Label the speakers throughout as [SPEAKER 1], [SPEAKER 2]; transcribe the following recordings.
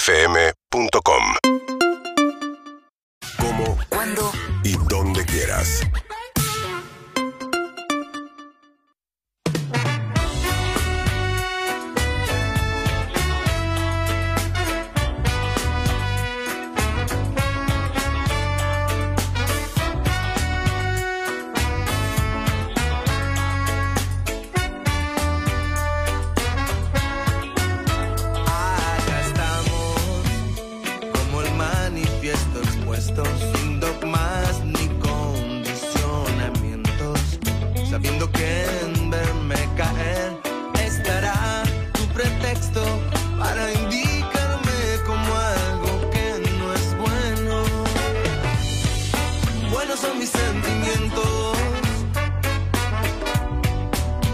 [SPEAKER 1] UrbanaPlayFM.com Como, cuando y donde quieras.
[SPEAKER 2] Acá estamos, como el manifiesto expuesto, sin dogmas ni condicionamientos, sabiendo que en verme caer estará tu pretexto para indicarme como algo que no es bueno. Buenos son mis sentimientos,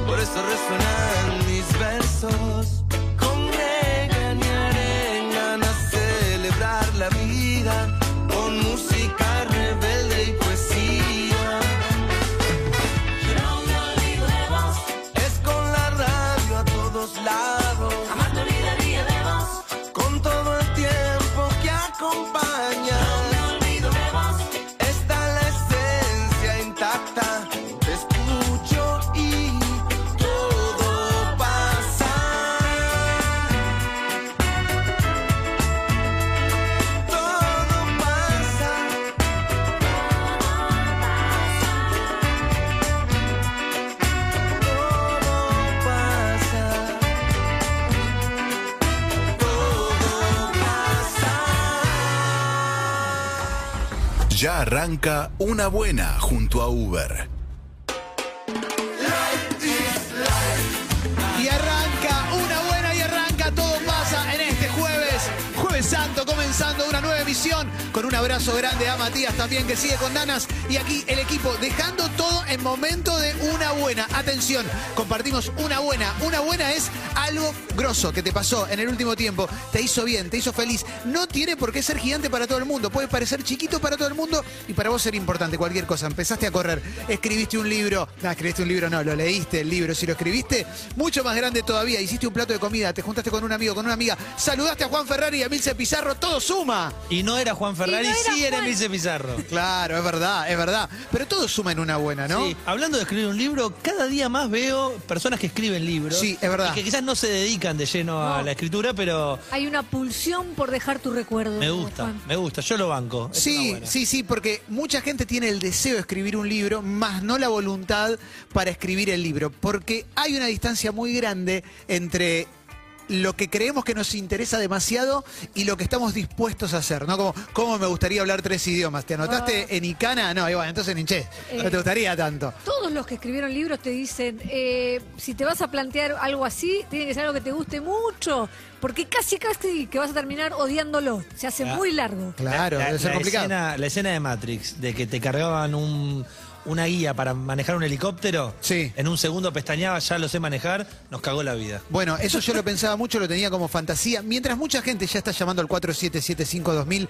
[SPEAKER 2] por eso resuenan mis versos. Congregan y arengan a celebrar la vida con música rebelde y poesía.
[SPEAKER 3] No me olvido de vos,
[SPEAKER 2] Es con la radio a todos lados,
[SPEAKER 3] jamás te olvidaría de vos.
[SPEAKER 2] con todo el tiempo que acompaña.
[SPEAKER 3] Me olvido de vos,
[SPEAKER 2] Está la esencia intacta. Te escucho y todo pasa. Todo pasa. Todo pasa. Todo pasa.
[SPEAKER 4] Ya arranca una buena junto a Uber.
[SPEAKER 5] Y arranca una buena y arranca todo pasa en este jueves, jueves santo, comenzando una nueva emisión con un abrazo grande a Matías también que sigue con Danas y aquí el equipo dejando todo en momento de una buena. Atención, compartimos una buena. Una buena es algo grosso que te pasó en el último tiempo, te hizo bien, te hizo feliz. No tiene por qué ser gigante para todo el mundo, puede parecer chiquito para todo el mundo y para vos ser importante cualquier cosa. Empezaste a correr, escribiste un libro, no, escribiste un libro no, lo leíste el libro, si lo escribiste, mucho más grande todavía, hiciste un plato de comida, te juntaste con un amigo, con una amiga, saludaste a Juan Ferrari y a Milce Pizarro, todo suma.
[SPEAKER 6] Y no era Juan Ferrari,
[SPEAKER 7] Y no era
[SPEAKER 6] sí era
[SPEAKER 7] Juan.
[SPEAKER 6] Emilce Pizarro.
[SPEAKER 5] Claro, es verdad, es verdad, pero todo suma en una buena, ¿no?
[SPEAKER 6] Sí, hablando de escribir un libro, cada día más veo personas que escriben libros.
[SPEAKER 5] Sí, es verdad.
[SPEAKER 6] Y que quizás no se dedican de lleno a
[SPEAKER 7] No.
[SPEAKER 6] la escritura, pero
[SPEAKER 7] Hay una pulsión por dejar tu recuerdo.
[SPEAKER 6] me gusta,
[SPEAKER 7] Juan.
[SPEAKER 6] me gusta, yo lo banco. es una
[SPEAKER 5] Sí,
[SPEAKER 6] buena.
[SPEAKER 5] sí, sí, porque mucha gente tiene el deseo de escribir un libro, más no la voluntad para escribir el libro, porque hay una distancia muy grande entre lo que creemos que nos interesa demasiado y lo que estamos dispuestos a hacer, ¿no? Como, ¿cómo me gustaría hablar tres idiomas? ¿Te anotaste en Icana? No, y bueno, entonces en Inche, no
[SPEAKER 7] Eh.
[SPEAKER 5] te gustaría tanto.
[SPEAKER 7] Todos los que escribieron libros te dicen, eh, si te vas a plantear algo así, tiene que ser algo que te guste mucho, porque casi, casi que vas a terminar odiándolo. Se hace
[SPEAKER 6] Claro.
[SPEAKER 7] muy largo.
[SPEAKER 5] Claro,
[SPEAKER 6] La-
[SPEAKER 5] debe ser
[SPEAKER 6] la
[SPEAKER 5] complicado.
[SPEAKER 6] Escena, la escena de Matrix, de que te cargaban un- una guía para manejar un helicóptero,
[SPEAKER 5] Sí.
[SPEAKER 6] en un segundo pestañaba, ya lo sé manejar, nos cagó la vida.
[SPEAKER 5] Bueno, eso yo lo pensaba mucho, lo tenía como fantasía. Mientras mucha gente ya está llamando al 4775-2000,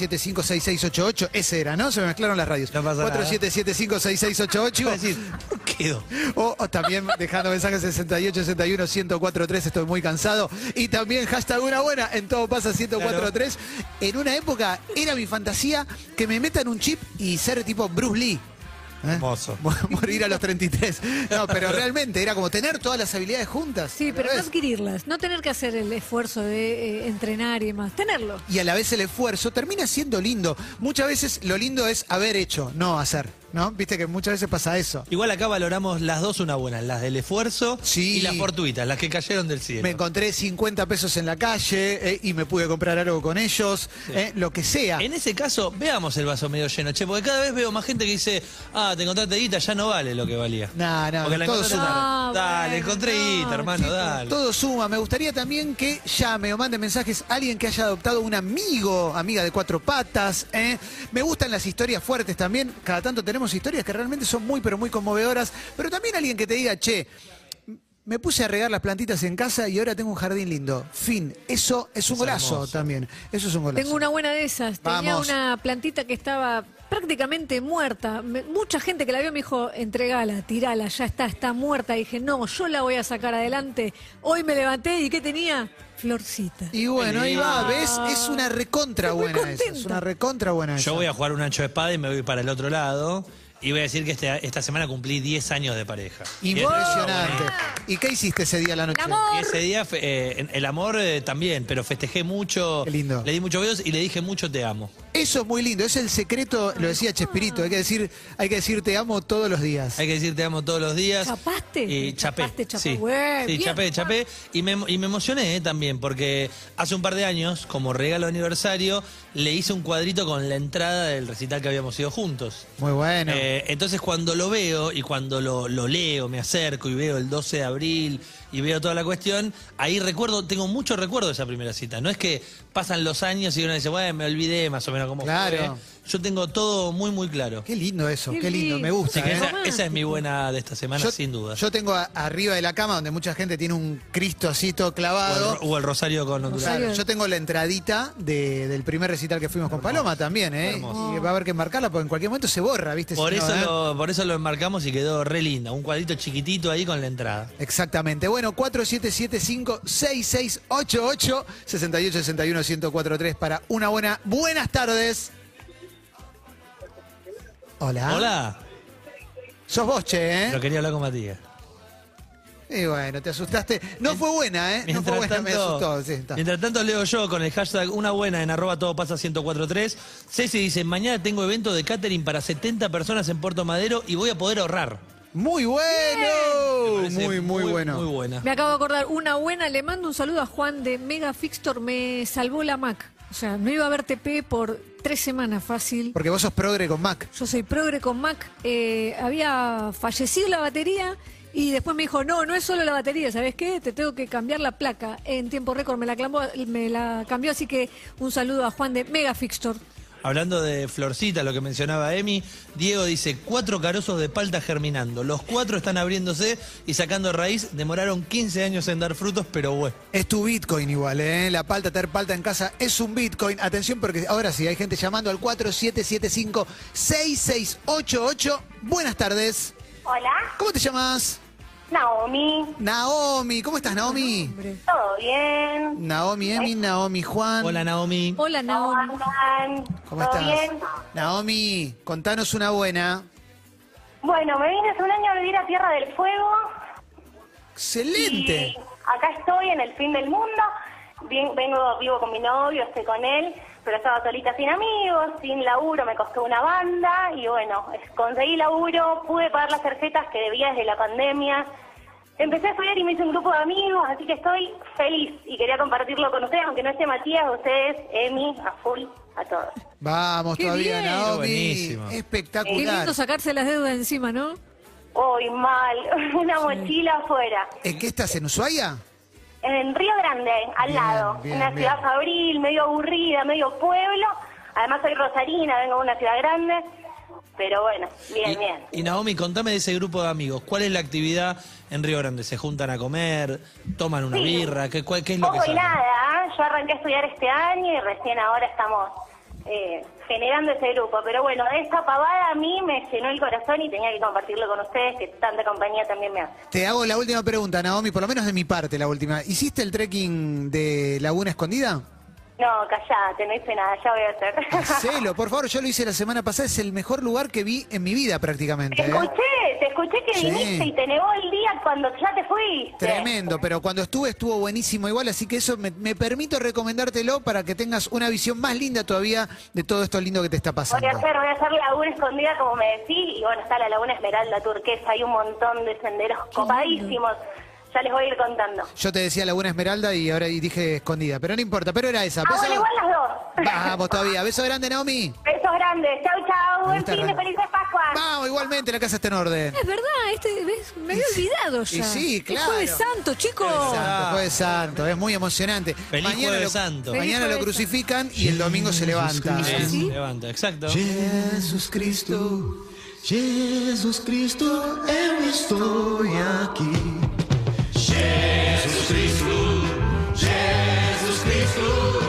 [SPEAKER 5] 4775-6688, ese era, ¿no? Se me mezclaron las radios.
[SPEAKER 6] No pasa nada.
[SPEAKER 5] 4775-6688.
[SPEAKER 6] Iba a decir, "No quedó.
[SPEAKER 5] O, o también dejando mensajes 68, 61, 1043, estoy muy cansado. Y también hashtag una buena, en todo pasa 1043. En una época era mi fantasía que me metan un chip y ser tipo Bruce Lee. ¿Eh?
[SPEAKER 6] Hermoso.
[SPEAKER 5] Mo- Morir a los 33. No, pero realmente era como tener todas las habilidades juntas.
[SPEAKER 7] Sí, pero no
[SPEAKER 5] ¿Ves?
[SPEAKER 7] adquirirlas, no tener que hacer el esfuerzo de eh, entrenar y demás, tenerlo.
[SPEAKER 5] y a la vez el esfuerzo termina siendo lindo. Muchas veces lo lindo es haber hecho, no hacer, ¿no? Viste que muchas veces pasa eso.
[SPEAKER 6] Igual acá valoramos las dos una buena, las del esfuerzo
[SPEAKER 5] Sí.
[SPEAKER 6] y las fortuitas, las que cayeron del cielo.
[SPEAKER 5] Me encontré 50 pesos en la calle eh, y me pude comprar algo con ellos, eh, lo que sea.
[SPEAKER 6] En ese caso, veamos el vaso medio lleno, che, porque cada vez veo más gente que dice, ah, te encontraste guita, ya no vale lo que valía.
[SPEAKER 5] No, no,
[SPEAKER 6] porque la
[SPEAKER 5] todo
[SPEAKER 6] encontraste
[SPEAKER 5] suma.
[SPEAKER 6] tarde.
[SPEAKER 7] No,
[SPEAKER 6] dale,
[SPEAKER 7] Ah, bueno,
[SPEAKER 6] encontré
[SPEAKER 7] no,
[SPEAKER 6] guita, hermano,
[SPEAKER 7] chicos,
[SPEAKER 6] dale.
[SPEAKER 5] Todo suma. Me gustaría también que llame o mande mensajes a alguien que haya adoptado un amigo, amiga de cuatro patas. ¿eh? Me gustan las historias fuertes también. Cada tanto tenemos historias que realmente son muy, pero muy conmovedoras. Pero también alguien que te diga, che. Me puse a regar las plantitas en casa y ahora tengo un jardín lindo. Fin. Eso es un
[SPEAKER 6] Es
[SPEAKER 5] golazo
[SPEAKER 6] hermoso.
[SPEAKER 5] también. Eso es un golazo.
[SPEAKER 7] Tengo una buena de esas. Tenía
[SPEAKER 5] Vamos.
[SPEAKER 7] una plantita que estaba prácticamente muerta. Me- mucha gente que la vio me dijo, entregala, tirala, ya está, está muerta. Y dije, no, yo la voy a sacar adelante. Hoy me levanté y ¿qué tenía? Florcita. Ah.
[SPEAKER 5] Y bueno, ahí va, ¿ves? Es una recontra
[SPEAKER 7] Estoy muy
[SPEAKER 5] buena esa. Es
[SPEAKER 7] contenta.
[SPEAKER 5] una recontra buena esa.
[SPEAKER 6] Yo voy a jugar un ancho de espada y me voy para el otro lado. Y voy a decir que este- esta semana cumplí 10 años de pareja. Y eso está
[SPEAKER 5] Impresionante.
[SPEAKER 6] bueno.
[SPEAKER 5] ¿Y qué hiciste ese día a la noche?
[SPEAKER 7] El amor.
[SPEAKER 6] Y ese día, fe- eh, en- el amor eh, también, pero festejé mucho.
[SPEAKER 5] Qué lindo.
[SPEAKER 6] Le di muchos besos y le dije mucho te amo.
[SPEAKER 5] Eso es muy lindo, es el secreto, lo decía Chespirito, hay que decir, hay que decir te amo todos los días.
[SPEAKER 6] Hay que decir te amo todos los días.
[SPEAKER 7] ¿Chapaste? eh,
[SPEAKER 6] Y chapé.
[SPEAKER 7] Chapaste, chapé.
[SPEAKER 6] Sí,
[SPEAKER 7] Bueno,
[SPEAKER 6] Sí,
[SPEAKER 7] bien,
[SPEAKER 6] chapé, chapé. Y me, y me emocioné eh, también, porque hace un par de años, como regalo de aniversario, le hice un cuadrito con la entrada del recital que habíamos ido juntos.
[SPEAKER 5] Muy bueno.
[SPEAKER 6] Eh, entonces cuando lo veo y cuando lo, lo leo, me acerco y veo el 12 de abril y veo toda la cuestión, ahí recuerdo, tengo muchos recuerdos de esa primera cita. No es que pasan los años y uno dice, bueno, me olvidé más o menos cómo
[SPEAKER 5] Claro.
[SPEAKER 6] fue". Yo tengo todo muy, muy claro.
[SPEAKER 5] Qué lindo eso, qué,
[SPEAKER 7] Qué
[SPEAKER 5] lindo, me
[SPEAKER 7] lindo.
[SPEAKER 5] gusta.
[SPEAKER 6] Así que
[SPEAKER 5] ¿eh?
[SPEAKER 6] esa, esa es mi buena de esta semana, sin duda.
[SPEAKER 5] yo tengo a- arriba de la cama donde mucha gente tiene un Cristo así todo
[SPEAKER 6] o, el,
[SPEAKER 5] clavado.
[SPEAKER 6] ro- o el Rosario con Honduras.
[SPEAKER 5] Claro, yo tengo la entradita de- del primer recital que fuimos con Paloma también, ¿eh? Y va a haber que enmarcarla porque en cualquier momento se borra, ¿viste? Si
[SPEAKER 6] Por
[SPEAKER 5] no,
[SPEAKER 6] eso,
[SPEAKER 5] ¿eh?
[SPEAKER 6] lo, por eso lo enmarcamos y quedó re linda. Un cuadrito chiquitito ahí con la entrada.
[SPEAKER 5] Exactamente. Bueno, 4775-6688, 6861-1043 para una buena. Buenas tardes. Hola.
[SPEAKER 6] Hola,
[SPEAKER 5] Sos vos, che,
[SPEAKER 6] lo
[SPEAKER 5] ¿eh?
[SPEAKER 6] quería hablar con Matías.
[SPEAKER 5] Y bueno, te asustaste. No fue buena, ¿eh? No fue buena, me asustó. Sí, está.
[SPEAKER 6] mientras tanto leo yo con el hashtag una buena en arroba todo pasa 1043. Ceci dice, mañana tengo evento de catering para 70 personas en Puerto Madero y voy a poder ahorrar.
[SPEAKER 5] Muy
[SPEAKER 6] Me
[SPEAKER 5] bueno.
[SPEAKER 6] parece
[SPEAKER 5] Muy, muy, bueno.
[SPEAKER 6] Muy buena.
[SPEAKER 7] Me acabo de acordar, una buena, le mando un saludo a Juan de Mega Fixtor, me salvó la Mac. O sea, no iba a ver TP por tres semanas fácil.
[SPEAKER 5] Porque vos sos progre con Mac.
[SPEAKER 7] Yo soy progre con Mac. eh, había fallecido la batería y después me dijo, no, no es solo la batería, ¿sabes qué? Te tengo que cambiar la placa. En tiempo récord me la, clamó- me la cambió, así que un saludo a Juan de Mega Fixtor.
[SPEAKER 6] Hablando de Florcita, lo que mencionaba Emi, Diego dice, cuatro carozos de palta germinando. Los cuatro están abriéndose y sacando raíz. Demoraron 15 años en dar frutos, pero bueno.
[SPEAKER 5] Es tu Bitcoin igual, ¿eh? La palta, tener palta en casa es un Bitcoin. Atención porque ahora sí, hay gente llamando al 4775-6688. Buenas tardes.
[SPEAKER 8] Hola,
[SPEAKER 5] ¿Cómo te llamas?
[SPEAKER 8] Naomi.
[SPEAKER 5] Naomi. ¿Cómo estás, Naomi?
[SPEAKER 7] Hombre.
[SPEAKER 8] ¿Todo bien?
[SPEAKER 5] Naomi, Emi, Naomi, Juan.
[SPEAKER 6] Hola Naomi.
[SPEAKER 7] Hola,
[SPEAKER 8] ¿Cómo
[SPEAKER 7] Naomi.
[SPEAKER 8] andan?
[SPEAKER 5] ¿Cómo
[SPEAKER 8] ¿Todo
[SPEAKER 5] estás?
[SPEAKER 8] bien?
[SPEAKER 5] Naomi, contanos una buena.
[SPEAKER 8] Bueno, me vine hace un año a vivir a Tierra del Fuego.
[SPEAKER 5] Excelente.
[SPEAKER 8] Y acá estoy en el fin del mundo. Bien, vengo, vivo con mi novio, estoy con él, pero estaba solita sin amigos, sin laburo, me costó una banda y bueno, es- conseguí laburo, pude pagar las tarjetas que debía desde la pandemia. Empecé a estudiar y me hice un grupo de amigos, así que estoy feliz y quería compartirlo con ustedes, aunque no esté Matías, ustedes, Emi, a full, a todos.
[SPEAKER 5] Vamos
[SPEAKER 7] Qué
[SPEAKER 5] todavía,
[SPEAKER 7] bien.
[SPEAKER 5] Naomi.
[SPEAKER 6] Buenísimo.
[SPEAKER 7] Qué
[SPEAKER 5] Espectacular.
[SPEAKER 7] lindo sacarse las deudas de encima, ¿no?
[SPEAKER 8] Hoy mal, una mochila afuera.
[SPEAKER 5] ¿En qué estás? ¿En Ushuaia?
[SPEAKER 8] En Río Grande, al
[SPEAKER 5] Bien,
[SPEAKER 8] lado.
[SPEAKER 5] bien,
[SPEAKER 8] una
[SPEAKER 5] bien.
[SPEAKER 8] ciudad fabril, medio aburrida, medio pueblo. Además soy rosarina, vengo de una ciudad grande. Pero bueno, bien,
[SPEAKER 6] Y-
[SPEAKER 8] bien.
[SPEAKER 6] Y, Naomi, contame de ese grupo de amigos. ¿Cuál es la actividad en Río Grande? ¿Se juntan a comer? ¿Toman una
[SPEAKER 8] Sí.
[SPEAKER 6] birra? ¿Qué, cuál- qué es lo que
[SPEAKER 8] Poco y
[SPEAKER 6] sacan?
[SPEAKER 8] nada, ¿ah? yo arranqué a estudiar este año y recién ahora estamos eh, generando ese grupo. Pero bueno, esta pavada a mí me llenó el corazón y tenía que compartirlo con ustedes, que tanta compañía también me hace.
[SPEAKER 5] Te hago la última pregunta, Naomi, por lo menos de mi parte, la última. ¿Hiciste el trekking de Laguna Escondida?
[SPEAKER 8] No, callate, no hice nada, ya voy a hacer.
[SPEAKER 5] Hacelo, por favor, yo lo hice la semana pasada, es el mejor lugar que vi en mi vida prácticamente.
[SPEAKER 8] Te
[SPEAKER 5] ¿eh?
[SPEAKER 8] escuché, te escuché que
[SPEAKER 5] Sí.
[SPEAKER 8] viniste y te negó el día cuando ya te fuiste.
[SPEAKER 5] Tremendo, pero cuando estuve estuvo buenísimo igual, así que eso me, me permito recomendártelo para que tengas una visión más linda todavía de todo esto lindo que te está
[SPEAKER 8] Voy
[SPEAKER 5] pasando.
[SPEAKER 8] a hacer, voy a hacer laguna escondida como me decís y bueno, está la laguna esmeralda turquesa, hay un montón de senderos copadísimos. Ya les voy a ir contando.
[SPEAKER 5] Yo te decía Laguna Esmeralda y ahora y dije escondida, pero no importa, pero era esa.
[SPEAKER 8] Ah,
[SPEAKER 5] Beso-
[SPEAKER 8] bueno, igual las dos.
[SPEAKER 5] Vamos todavía, beso grande Naomi.
[SPEAKER 8] Besos grandes. Chau, chau.
[SPEAKER 5] Me
[SPEAKER 8] Buen
[SPEAKER 5] gusta
[SPEAKER 8] fin de
[SPEAKER 5] arrancar.
[SPEAKER 8] felices Pascuas.
[SPEAKER 5] Vamos, igualmente la casa está en orden.
[SPEAKER 7] Es verdad, este, ¿ves? me había
[SPEAKER 5] Y sí,
[SPEAKER 7] olvidado ya.
[SPEAKER 5] y sí,
[SPEAKER 7] Es
[SPEAKER 5] claro.
[SPEAKER 7] Jueves Santo, chicos.
[SPEAKER 5] Santo, jueves santo, es muy emocionante.
[SPEAKER 6] Feliz Jueves
[SPEAKER 5] lo,
[SPEAKER 6] Santo.
[SPEAKER 7] Feliz
[SPEAKER 5] Mañana lo
[SPEAKER 7] Jueves
[SPEAKER 5] crucifican y el domingo se levanta.
[SPEAKER 7] Cristo.
[SPEAKER 6] Eh,
[SPEAKER 7] ¿Sí?
[SPEAKER 6] Levanta, exacto.
[SPEAKER 2] Jesús Cristo, Jesús Cristo, eu estou aqui. Jesus Cristo, Jesus Cristo,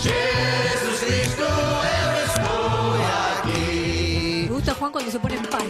[SPEAKER 2] Jesus Cristo, eu estou aqui.
[SPEAKER 7] cuando se ponen pan.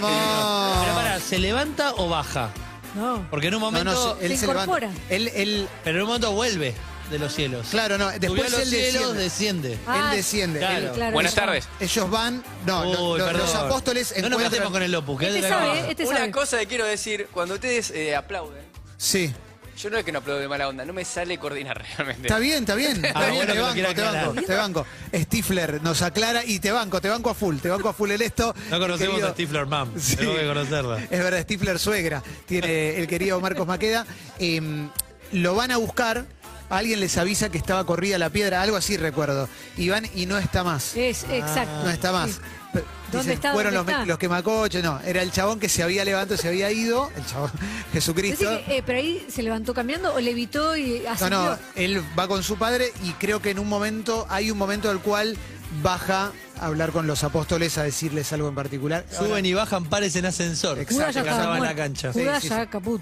[SPEAKER 5] ¡Vamos!
[SPEAKER 6] Pero pará, ¿se levanta o baja?
[SPEAKER 7] No.
[SPEAKER 6] Porque en un
[SPEAKER 5] No,
[SPEAKER 6] momento.
[SPEAKER 5] no, él
[SPEAKER 7] Se
[SPEAKER 5] se levanta.
[SPEAKER 7] incorpora.
[SPEAKER 5] Él, él,
[SPEAKER 6] Pero en un momento vuelve de los cielos.
[SPEAKER 5] claro, no.
[SPEAKER 6] Subió
[SPEAKER 5] Después
[SPEAKER 6] a los
[SPEAKER 5] él
[SPEAKER 6] cielos,
[SPEAKER 5] desciende.
[SPEAKER 6] desciende.
[SPEAKER 7] Ah,
[SPEAKER 5] él desciende.
[SPEAKER 6] claro.
[SPEAKER 5] Él-
[SPEAKER 7] claro,
[SPEAKER 9] Buenas
[SPEAKER 7] eso.
[SPEAKER 9] tardes.
[SPEAKER 5] ellos van. No,
[SPEAKER 6] Uy,
[SPEAKER 5] lo- lo- los
[SPEAKER 6] perdón.
[SPEAKER 5] apóstoles
[SPEAKER 6] No nos
[SPEAKER 5] encuentran.
[SPEAKER 6] metemos con el Opus, quédate
[SPEAKER 7] Este
[SPEAKER 6] acá.
[SPEAKER 7] sabe, ¿eh? este sabe.
[SPEAKER 8] Una cosa que quiero decir, cuando ustedes eh, aplauden,
[SPEAKER 5] Sí.
[SPEAKER 8] yo no es que no aplaudo de mala onda, no me sale coordinar realmente.
[SPEAKER 5] Está bien, está bien. Está
[SPEAKER 6] Ah,
[SPEAKER 5] bien,
[SPEAKER 6] bueno,
[SPEAKER 5] te
[SPEAKER 6] que lo
[SPEAKER 5] banco,
[SPEAKER 6] quiera
[SPEAKER 5] te banco,
[SPEAKER 6] aclarar.
[SPEAKER 5] te banco. Stifler nos aclara y te banco, te banco a full, te banco a full el esto.
[SPEAKER 6] No conocemos
[SPEAKER 5] Querido-
[SPEAKER 6] a Stifler Mam,
[SPEAKER 5] Sí.
[SPEAKER 6] tengo que conocerla.
[SPEAKER 5] Es verdad, Stifler suegra, tiene el querido Marcos Maqueda. Eh, lo van a buscar, alguien les avisa que estaba corrida la piedra, algo así recuerdo. Y van y no está más.
[SPEAKER 7] Es, exacto.
[SPEAKER 5] No está más.
[SPEAKER 7] Sí.
[SPEAKER 5] Pero
[SPEAKER 7] ¿Dónde está,
[SPEAKER 5] Fueron
[SPEAKER 7] dónde
[SPEAKER 5] los,
[SPEAKER 7] está?
[SPEAKER 5] los quemacoches, no, era el chabón que se había levantado, se había ido, el chabón Jesucristo.
[SPEAKER 7] Decís que, eh, pero ahí se levantó cambiando o levitó y
[SPEAKER 5] No,
[SPEAKER 7] así.
[SPEAKER 5] no, él va con su padre y creo que en un momento, hay un momento al cual baja a hablar con los apóstoles, a decirles algo en particular.
[SPEAKER 6] Suben y bajan pares en ascensor.
[SPEAKER 5] Exacto.
[SPEAKER 7] Judá
[SPEAKER 6] Se
[SPEAKER 7] ya
[SPEAKER 6] casaban
[SPEAKER 7] estaba
[SPEAKER 6] en la
[SPEAKER 7] muerto.
[SPEAKER 6] cancha.
[SPEAKER 5] Sí,
[SPEAKER 7] Judá
[SPEAKER 5] sí,
[SPEAKER 7] ya
[SPEAKER 5] sí.
[SPEAKER 7] caput.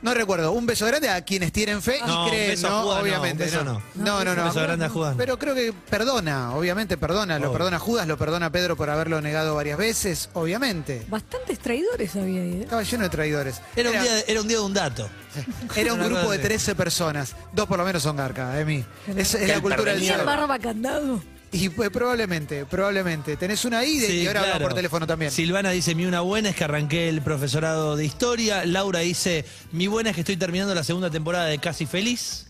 [SPEAKER 5] No recuerdo, un beso grande a quienes tienen fe
[SPEAKER 6] No,
[SPEAKER 5] y
[SPEAKER 6] un
[SPEAKER 5] creen,
[SPEAKER 6] beso a
[SPEAKER 5] ¿no?
[SPEAKER 6] Judas no,
[SPEAKER 5] obviamente.
[SPEAKER 6] un beso no.
[SPEAKER 5] no, no. no.
[SPEAKER 6] Un beso grande a Judas no.
[SPEAKER 5] Pero creo que perdona, obviamente perdona. Lo
[SPEAKER 6] Obvio.
[SPEAKER 5] perdona Judas, lo perdona Pedro por haberlo negado varias veces, obviamente.
[SPEAKER 7] Bastantes traidores había ahí. ¿eh?
[SPEAKER 5] Estaba lleno de traidores.
[SPEAKER 6] Era un, día, era un día de un dato.
[SPEAKER 5] Era un
[SPEAKER 6] Una
[SPEAKER 5] grupo
[SPEAKER 6] cosa
[SPEAKER 5] de
[SPEAKER 6] así.
[SPEAKER 5] 13 personas. Dos por lo menos son garca, de mí. Es, es la
[SPEAKER 8] Que
[SPEAKER 5] cultura del
[SPEAKER 8] perdía.
[SPEAKER 5] cerdo.
[SPEAKER 7] Tenían barba candado.
[SPEAKER 5] Y pues, probablemente, probablemente. Tenés una ahí de-
[SPEAKER 6] Sí,
[SPEAKER 5] y ahora hablamos
[SPEAKER 6] claro.
[SPEAKER 5] por teléfono también.
[SPEAKER 6] Silvana dice, mi una buena es que arranqué el profesorado de historia. Laura dice, mi buena es que estoy terminando la segunda temporada de Casi Feliz.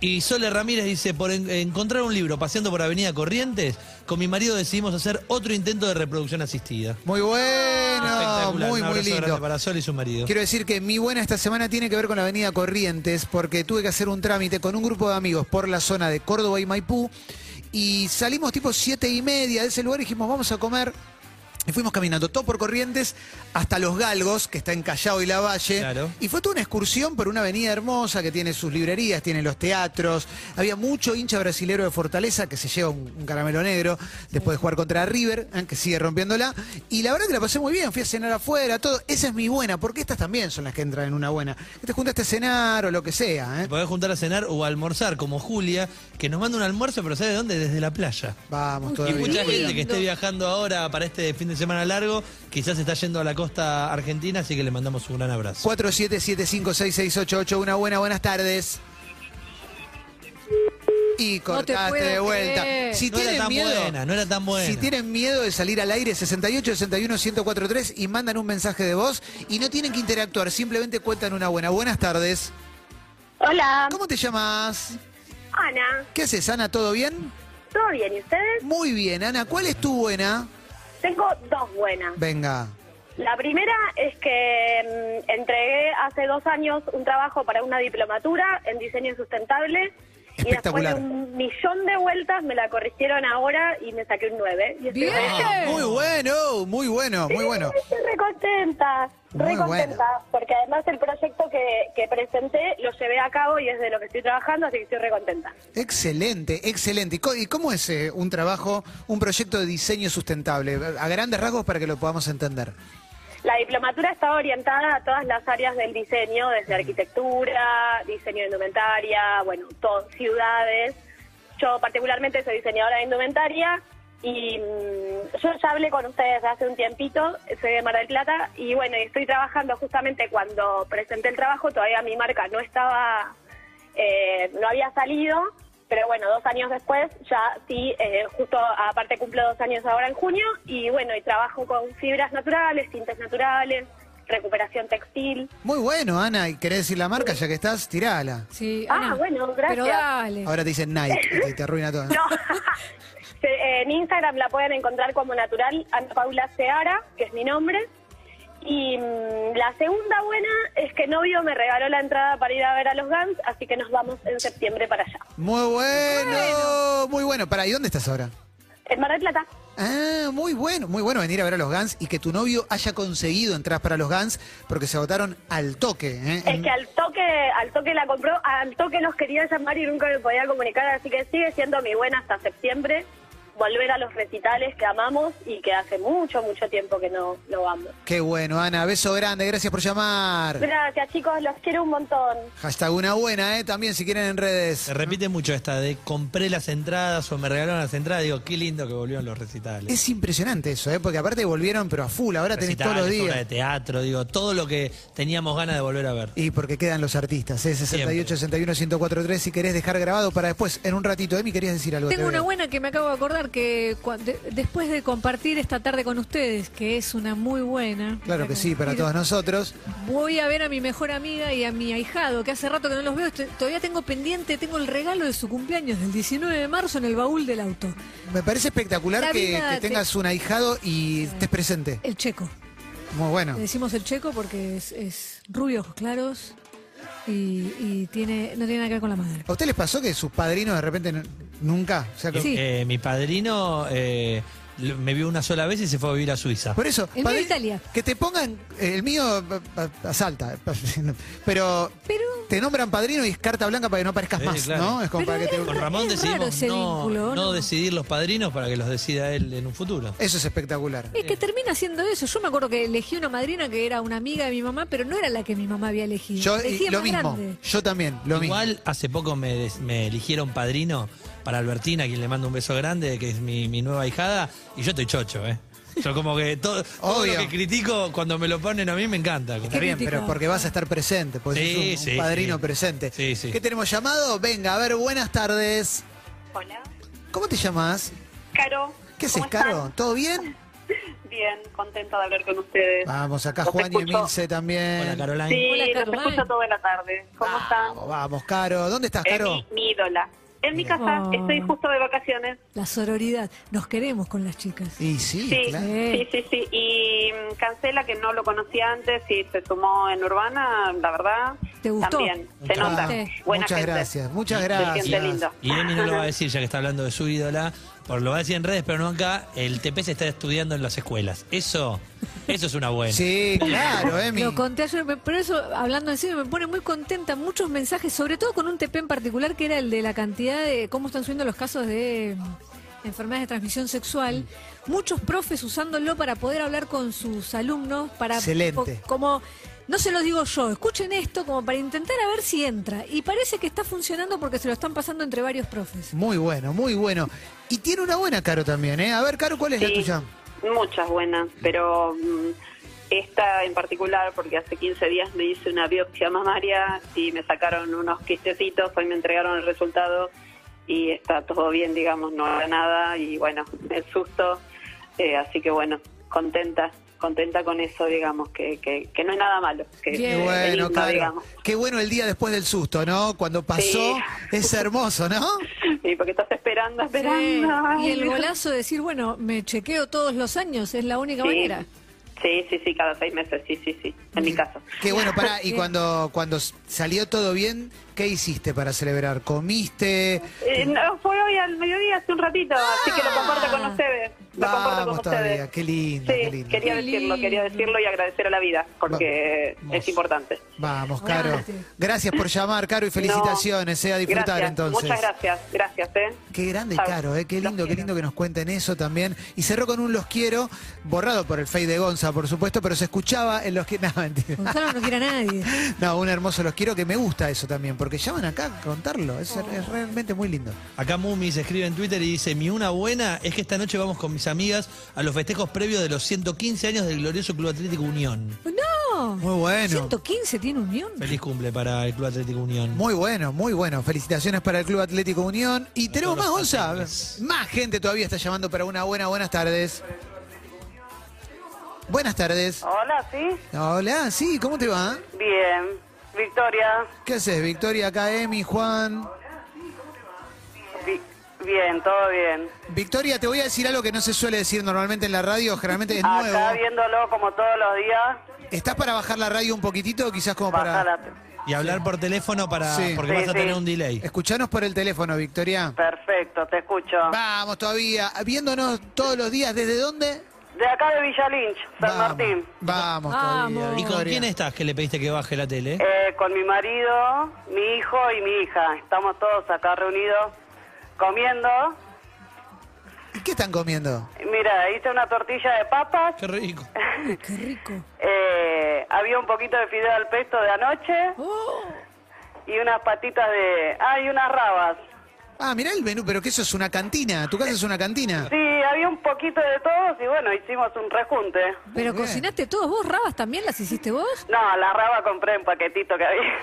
[SPEAKER 6] Y Sole Ramírez dice, por en- encontrar un libro paseando por Avenida Corrientes, con mi marido decidimos hacer otro intento de reproducción asistida.
[SPEAKER 5] Muy bueno,
[SPEAKER 6] Espectacular,
[SPEAKER 5] muy, muy
[SPEAKER 6] un abrazo grande
[SPEAKER 5] lindo.
[SPEAKER 6] para Sol y su marido.
[SPEAKER 5] Quiero decir que mi buena esta semana tiene que ver con la avenida Corrientes, porque tuve que hacer un trámite con un grupo de amigos por la zona de Córdoba y Maipú. Y salimos tipo siete y media de ese lugar y dijimos, vamos a comer. Y fuimos caminando todo por Corrientes hasta Los Galgos, que está en Callao y La Valle.
[SPEAKER 6] Claro.
[SPEAKER 5] Y fue toda una excursión por una avenida hermosa que tiene sus librerías, tiene los teatros. Había mucho hincha brasilero de Fortaleza que se lleva un, un caramelo negro después de jugar contra River, ¿eh? que sigue rompiéndola. Y la verdad que la pasé muy bien, fui a cenar afuera, todo. Esa es mi buena, porque estas también son las que entran en una buena. Que te juntaste a cenar o lo que sea, ¿eh?
[SPEAKER 6] Te podés juntar a cenar o a almorzar, como Julia, que nos manda un almuerzo, pero ¿sabe de dónde? Desde la playa.
[SPEAKER 5] Vamos,
[SPEAKER 7] Uy,
[SPEAKER 6] Y
[SPEAKER 5] todavía.
[SPEAKER 6] mucha
[SPEAKER 7] Lindo.
[SPEAKER 6] gente que esté viajando ahora para este fin de semana largo, quizás está yendo a la costa argentina, así que le mandamos un gran abrazo.
[SPEAKER 5] 47756688, una buena, buenas tardes. Y cortaste
[SPEAKER 7] puedo
[SPEAKER 5] de vuelta.
[SPEAKER 7] creer.
[SPEAKER 5] Si
[SPEAKER 6] no era
[SPEAKER 5] tienen
[SPEAKER 6] tan
[SPEAKER 5] miedo,
[SPEAKER 6] buena, no era tan buena.
[SPEAKER 5] Si tienen miedo de salir al aire, 68 61 1043 y mandan un mensaje de voz y no tienen que interactuar, simplemente cuentan una buena. Buenas tardes.
[SPEAKER 10] Hola,
[SPEAKER 5] ¿Cómo te llamas?
[SPEAKER 10] Ana.
[SPEAKER 5] ¿Qué haces, Ana? ¿Todo bien?
[SPEAKER 10] ¿Todo bien? ¿Y ustedes?
[SPEAKER 5] Muy bien, Ana. ¿Cuál es tu buena?
[SPEAKER 10] Tengo dos buenas.
[SPEAKER 5] Venga.
[SPEAKER 10] La primera es que mm, entregué hace dos años un trabajo para una diplomatura en diseño sustentable. Y después de
[SPEAKER 5] Espectacular.
[SPEAKER 10] un millón de vueltas me la corrigieron ahora y me saqué un 9. Y estoy
[SPEAKER 7] ¡Bien!
[SPEAKER 5] Ah, Muy bueno, muy bueno, muy bueno.
[SPEAKER 10] Estoy re contenta,
[SPEAKER 5] Muy
[SPEAKER 10] re contenta,
[SPEAKER 5] bueno.
[SPEAKER 10] porque además el proyecto que, que presenté lo llevé a cabo y es de lo que estoy trabajando, así que estoy re contenta.
[SPEAKER 5] Excelente, excelente. ¿Y co- ¿Y cómo es eh, un trabajo, un proyecto de diseño sustentable? A grandes rasgos para que lo podamos entender.
[SPEAKER 10] La diplomatura está orientada a todas las áreas del diseño, desde arquitectura, diseño de indumentaria, bueno, todo, ciudades. Yo particularmente soy diseñadora de indumentaria y mm, yo ya hablé con ustedes hace un tiempito, soy de Mar del Plata y bueno, y estoy trabajando justamente cuando presenté el trabajo, todavía mi marca no estaba, eh, no había salido, pero bueno, dos años después ya sí, eh, justo aparte cumplo dos años ahora en junio y bueno, y trabajo con fibras naturales, tintes naturales, recuperación textil.
[SPEAKER 5] Muy bueno, Ana. ¿Y querés decir la marca ya que estás? Tirala.
[SPEAKER 7] Sí,
[SPEAKER 10] Ah,
[SPEAKER 7] Ana,
[SPEAKER 10] bueno, gracias.
[SPEAKER 7] Pero dale.
[SPEAKER 5] Ahora te dicen Nike, te, te arruina todo.
[SPEAKER 10] No. Se- eh, en Instagram la pueden encontrar como natural Ana Paula Seara, que es mi nombre. Y mm, la segunda buena es que novio me regaló la entrada para ir a ver a los Guns, así que nos vamos en septiembre para allá.
[SPEAKER 5] Muy bueno, muy bueno. Para, ¿y dónde estás ahora?
[SPEAKER 10] En Mar del Plata.
[SPEAKER 5] Ah, muy bueno, muy bueno venir a ver a los Guns y que tu novio haya conseguido entrar para los Guns porque se agotaron al toque. ¿eh?
[SPEAKER 10] Es que al toque, al toque la compró, al toque los quería llamar y nunca me podía comunicar, así que sigue siendo mi buena hasta septiembre. volver a los recitales que amamos y que hace mucho, mucho tiempo que no lo vamos.
[SPEAKER 5] Qué bueno, Ana. Beso grande. Gracias por llamar.
[SPEAKER 10] Gracias chicos, los quiero un montón.
[SPEAKER 5] Hashtag una buena, ¿eh? También si quieren en redes.
[SPEAKER 6] Se repite mucho esta de compré las entradas o me regalaron las entradas. Digo, qué lindo que volvieron los recitales.
[SPEAKER 5] Es impresionante eso, ¿eh? Porque aparte volvieron, pero a full. Ahora tenés todos los
[SPEAKER 6] Recitales, obras
[SPEAKER 5] días.
[SPEAKER 6] de teatro, digo, todo lo que teníamos ganas de volver a ver.
[SPEAKER 5] Y porque quedan los artistas, ¿eh? 68, 61, 1043. Si querés dejar grabado para después, en un ratito, Emi, querías decir algo. te
[SPEAKER 7] Tengo una
[SPEAKER 5] veo.
[SPEAKER 7] buena que me acabo de acordar que cua- de- después de compartir esta tarde con ustedes, que es una muy buena.
[SPEAKER 5] Claro que sí, para
[SPEAKER 7] Mira,
[SPEAKER 5] todos nosotros.
[SPEAKER 7] Voy a ver a mi mejor amiga y a mi ahijado, que hace rato que no los veo. Estoy- Todavía tengo pendiente, tengo el regalo de su cumpleaños del 19 de marzo en el baúl del auto.
[SPEAKER 5] Me parece espectacular
[SPEAKER 7] La
[SPEAKER 5] que,
[SPEAKER 7] vida
[SPEAKER 5] que
[SPEAKER 7] te-
[SPEAKER 5] tengas un ahijado y estés presente.
[SPEAKER 7] El checo.
[SPEAKER 5] Muy bueno.
[SPEAKER 7] Le decimos el checo porque es, es rubio, ojos claros y, y tiene, no tiene nada que ver con la madre.
[SPEAKER 5] ¿A usted les pasó que sus padrinos de repente n- nunca? O sea, que-
[SPEAKER 7] Sí.
[SPEAKER 6] Eh, mi padrino eh, lo- me vio una sola vez y se fue a vivir a Suiza.
[SPEAKER 5] Por eso,
[SPEAKER 7] El mío
[SPEAKER 5] padri-
[SPEAKER 7] de Italia.
[SPEAKER 5] que te pongan, eh, el mío pa- pa- asalta, pero
[SPEAKER 7] Pero,
[SPEAKER 5] te nombran padrino y es carta blanca para que no aparezcas
[SPEAKER 6] Sí,
[SPEAKER 5] más,
[SPEAKER 6] claro.
[SPEAKER 5] ¿no? Es como
[SPEAKER 7] Pero
[SPEAKER 5] para que te-
[SPEAKER 7] es
[SPEAKER 6] Con
[SPEAKER 7] Es
[SPEAKER 6] Ramón
[SPEAKER 7] raro
[SPEAKER 6] decidimos
[SPEAKER 7] ese
[SPEAKER 6] no,
[SPEAKER 7] vínculo,
[SPEAKER 6] no
[SPEAKER 7] ¿no?
[SPEAKER 6] decidir los padrinos para que los decida él en un futuro.
[SPEAKER 5] Eso es espectacular.
[SPEAKER 7] es que termina haciendo eso. Yo me acuerdo que elegí una madrina que era una amiga de mi mamá, pero no era la que mi mamá había elegido.
[SPEAKER 5] Yo y
[SPEAKER 7] Elegí a
[SPEAKER 5] lo
[SPEAKER 7] más
[SPEAKER 5] mismo,
[SPEAKER 7] grande.
[SPEAKER 5] yo también, lo
[SPEAKER 6] Igual
[SPEAKER 5] mismo.
[SPEAKER 6] hace poco me, des- me eligieron padrino para Albertina, a quien le mando un beso grande, que es mi, mi nueva hijada, y yo estoy chocho, ¿eh? Yo como que todo, todo
[SPEAKER 5] Obvio.
[SPEAKER 6] lo que critico cuando me lo ponen a mí me encanta. como-
[SPEAKER 5] Está bien,
[SPEAKER 7] crítica.
[SPEAKER 5] pero porque vas a estar presente, porque
[SPEAKER 6] Sí,
[SPEAKER 5] sos un- un,
[SPEAKER 6] sí,
[SPEAKER 5] padrino
[SPEAKER 6] sí.
[SPEAKER 5] presente.
[SPEAKER 6] Sí, sí.
[SPEAKER 5] ¿Qué tenemos llamado? Venga, a ver, buenas tardes.
[SPEAKER 10] Hola,
[SPEAKER 5] ¿Cómo te llamas?
[SPEAKER 10] Caro.
[SPEAKER 5] ¿Qué haces,
[SPEAKER 10] ¿cómo están?
[SPEAKER 5] Caro? ¿Todo bien?
[SPEAKER 10] Bien, contenta de hablar con ustedes.
[SPEAKER 5] Vamos, acá
[SPEAKER 10] Los
[SPEAKER 5] Juan y
[SPEAKER 10] escucho.
[SPEAKER 5] Emilce también.
[SPEAKER 6] Hola Caroline.
[SPEAKER 10] Sí,
[SPEAKER 7] Hola, Ah. Caro,
[SPEAKER 10] los escucho
[SPEAKER 7] bye.
[SPEAKER 10] toda la tarde. ¿Cómo están?
[SPEAKER 5] Vamos, vamos, Caro. ¿Dónde estás,
[SPEAKER 10] Es
[SPEAKER 5] Caro?
[SPEAKER 10] mi, mi ídola. En mi casa,
[SPEAKER 7] Oh.
[SPEAKER 10] estoy justo de vacaciones.
[SPEAKER 7] La sororidad. Nos queremos con las chicas.
[SPEAKER 5] Y sí,
[SPEAKER 10] Sí,
[SPEAKER 5] claro.
[SPEAKER 10] sí, sí, sí. Y mm, Cancela, que no lo conocía antes y se sumó en Urbana, la verdad.
[SPEAKER 7] ¿Te gustó?
[SPEAKER 10] También, se
[SPEAKER 5] Ah,
[SPEAKER 10] nota.
[SPEAKER 7] Sí.
[SPEAKER 10] Buena
[SPEAKER 5] muchas
[SPEAKER 10] gente.
[SPEAKER 5] gracias, muchas
[SPEAKER 10] Se
[SPEAKER 5] gracias.
[SPEAKER 10] siente lindo.
[SPEAKER 6] Y Emi no lo va a decir, ya que está hablando de su ídola, por lo va a decir en redes, pero no acá, el TP se está estudiando en las escuelas. Eso, eso es una buena.
[SPEAKER 5] Sí, claro, eh, Emi.
[SPEAKER 7] Lo conté ayer, me- pero eso, hablando en serio, me pone muy contenta. Muchos mensajes, sobre todo con un TP en particular, que era el de la cantidad de cómo están subiendo los casos de mm, enfermedades de transmisión sexual. Muchos profes usándolo para poder hablar con sus alumnos, para
[SPEAKER 5] Excelente.
[SPEAKER 7] co- como no se los digo yo, escuchen esto como para intentar a ver si entra. Y parece que está funcionando porque se lo están pasando entre varios profes.
[SPEAKER 5] Muy bueno, muy bueno. Y tiene una buena, Caro, también, ¿eh? A ver, Caro, ¿cuál es la
[SPEAKER 10] Sí,
[SPEAKER 5] tuya?
[SPEAKER 10] Muchas buenas, pero mm, esta en particular, porque hace 15 días me hice una biopsia mamaria y me sacaron unos quistecitos, hoy me entregaron el resultado y está todo bien, digamos, no era nada y bueno, el susto, eh, así que bueno, contenta, contenta con eso, digamos, que, que, que no es nada malo, que
[SPEAKER 7] Bien.
[SPEAKER 5] Qué
[SPEAKER 10] es
[SPEAKER 5] bueno,
[SPEAKER 10] lindo,
[SPEAKER 5] Caro.
[SPEAKER 10] digamos.
[SPEAKER 5] Qué bueno el día después del susto, ¿no? Cuando pasó,
[SPEAKER 10] Sí.
[SPEAKER 5] es hermoso, ¿no?
[SPEAKER 10] Y porque estás esperando,
[SPEAKER 7] Sí.
[SPEAKER 10] esperando.
[SPEAKER 7] Y
[SPEAKER 10] ay,
[SPEAKER 7] el
[SPEAKER 10] Dios.
[SPEAKER 7] golazo de decir, bueno, me chequeo todos los años, es la única
[SPEAKER 10] Sí.
[SPEAKER 7] manera.
[SPEAKER 10] Sí, sí, sí, cada seis meses, sí, sí, sí, en mi caso.
[SPEAKER 5] Qué bueno, pará. Y
[SPEAKER 7] Bien.
[SPEAKER 5] cuando, cuando salió todo bien, ¿qué hiciste para celebrar? ¿Comiste?
[SPEAKER 10] Eh, no, fue hoy al mediodía, hace un ratito, así que lo comparto con ustedes. Lo comparto con
[SPEAKER 5] Ah. Vamos todavía,
[SPEAKER 10] ustedes.
[SPEAKER 5] qué lindo, qué
[SPEAKER 10] Sí,
[SPEAKER 5] lindo.
[SPEAKER 10] quería
[SPEAKER 7] Qué
[SPEAKER 10] decirlo, quería
[SPEAKER 7] lindo.
[SPEAKER 10] decirlo y agradecer a la vida, porque
[SPEAKER 6] Vamos.
[SPEAKER 10] es importante.
[SPEAKER 5] Vamos,
[SPEAKER 7] Ah,
[SPEAKER 5] Caro.
[SPEAKER 7] Aguante.
[SPEAKER 5] Gracias por llamar, Caro, y felicitaciones,
[SPEAKER 10] No,
[SPEAKER 5] eh, a disfrutar
[SPEAKER 10] gracias,
[SPEAKER 5] entonces.
[SPEAKER 10] Muchas gracias, gracias, ¿eh?
[SPEAKER 5] Qué grande,
[SPEAKER 10] Chao.
[SPEAKER 5] Caro, eh, qué
[SPEAKER 10] Los
[SPEAKER 5] lindo, qué
[SPEAKER 10] quiero.
[SPEAKER 5] lindo que nos cuenten eso también. Y cerró con un Los Quiero, borrado por el Fade de Gonza, por supuesto, pero se escuchaba en Los Quiero. No, mentira.
[SPEAKER 7] Gonzalo no quiere a nadie.
[SPEAKER 5] No, un hermoso Los Quiero que me gusta eso también, porque llaman acá a contarlo. Es, es realmente muy lindo.
[SPEAKER 6] Acá Mumi se escribe en Twitter y dice, mi una buena es que esta noche vamos con mis amigas a los festejos previos de los 115 años del glorioso Club Atlético Unión.
[SPEAKER 7] No.
[SPEAKER 5] Muy bueno.
[SPEAKER 7] 115 tiene Unión.
[SPEAKER 6] Feliz cumple para el Club Atlético Unión.
[SPEAKER 5] Muy bueno, muy bueno. Felicitaciones para el Club Atlético Unión. Y tenemos más,
[SPEAKER 6] todos los
[SPEAKER 5] Gonza.
[SPEAKER 6] patrones.
[SPEAKER 5] Más gente todavía está llamando para una buena. Buenas tardes. Buenas tardes.
[SPEAKER 9] Hola, sí,
[SPEAKER 5] Hola, sí, ¿cómo te va?
[SPEAKER 9] bien. Victoria,
[SPEAKER 5] ¿Qué haces, Victoria? Acá Emi, Juan.
[SPEAKER 9] bi- bien, todo bien.
[SPEAKER 5] Victoria, te voy a decir algo que no se suele decir normalmente en la radio, generalmente es
[SPEAKER 9] Acá
[SPEAKER 5] nuevo.
[SPEAKER 9] Ah, viéndolo como todos los días.
[SPEAKER 5] ¿Estás para bajar la radio un poquitito? Quizás como para...
[SPEAKER 9] Bájala.
[SPEAKER 6] Y hablar por teléfono para
[SPEAKER 5] Sí.
[SPEAKER 6] porque
[SPEAKER 9] Sí,
[SPEAKER 6] vas a
[SPEAKER 9] sí.
[SPEAKER 6] tener un delay.
[SPEAKER 5] Escuchanos por el teléfono, Victoria.
[SPEAKER 9] Perfecto, te escucho.
[SPEAKER 5] Vamos todavía, viéndonos todos los días. ¿Desde dónde?
[SPEAKER 9] De acá de Villa Lynch, San
[SPEAKER 5] Vamos,
[SPEAKER 9] Martín.
[SPEAKER 5] Vamos todavía,
[SPEAKER 7] Vamos.
[SPEAKER 6] ¿Y con
[SPEAKER 5] Victoria.
[SPEAKER 6] quién estás que le pediste que baje la tele?
[SPEAKER 9] Eh, con mi marido, mi hijo y mi hija. Estamos todos acá reunidos comiendo.
[SPEAKER 5] ¿Qué están comiendo?
[SPEAKER 9] Mira, hice una tortilla de papas.
[SPEAKER 6] Qué rico.
[SPEAKER 7] Qué rico.
[SPEAKER 9] Eh, había un poquito de fideo al pesto de anoche.
[SPEAKER 6] Oh.
[SPEAKER 9] Y unas patitas de... Ah, y unas rabas.
[SPEAKER 5] Ah, mirá el menú, pero que eso es una cantina. Tu casa es una cantina.
[SPEAKER 9] Sí, había un poquito de todos y bueno, hicimos un rejunte.
[SPEAKER 7] Pero cocinaste todos vos, rabas también las hiciste vos.
[SPEAKER 9] No, la raba compré en paquetito que había.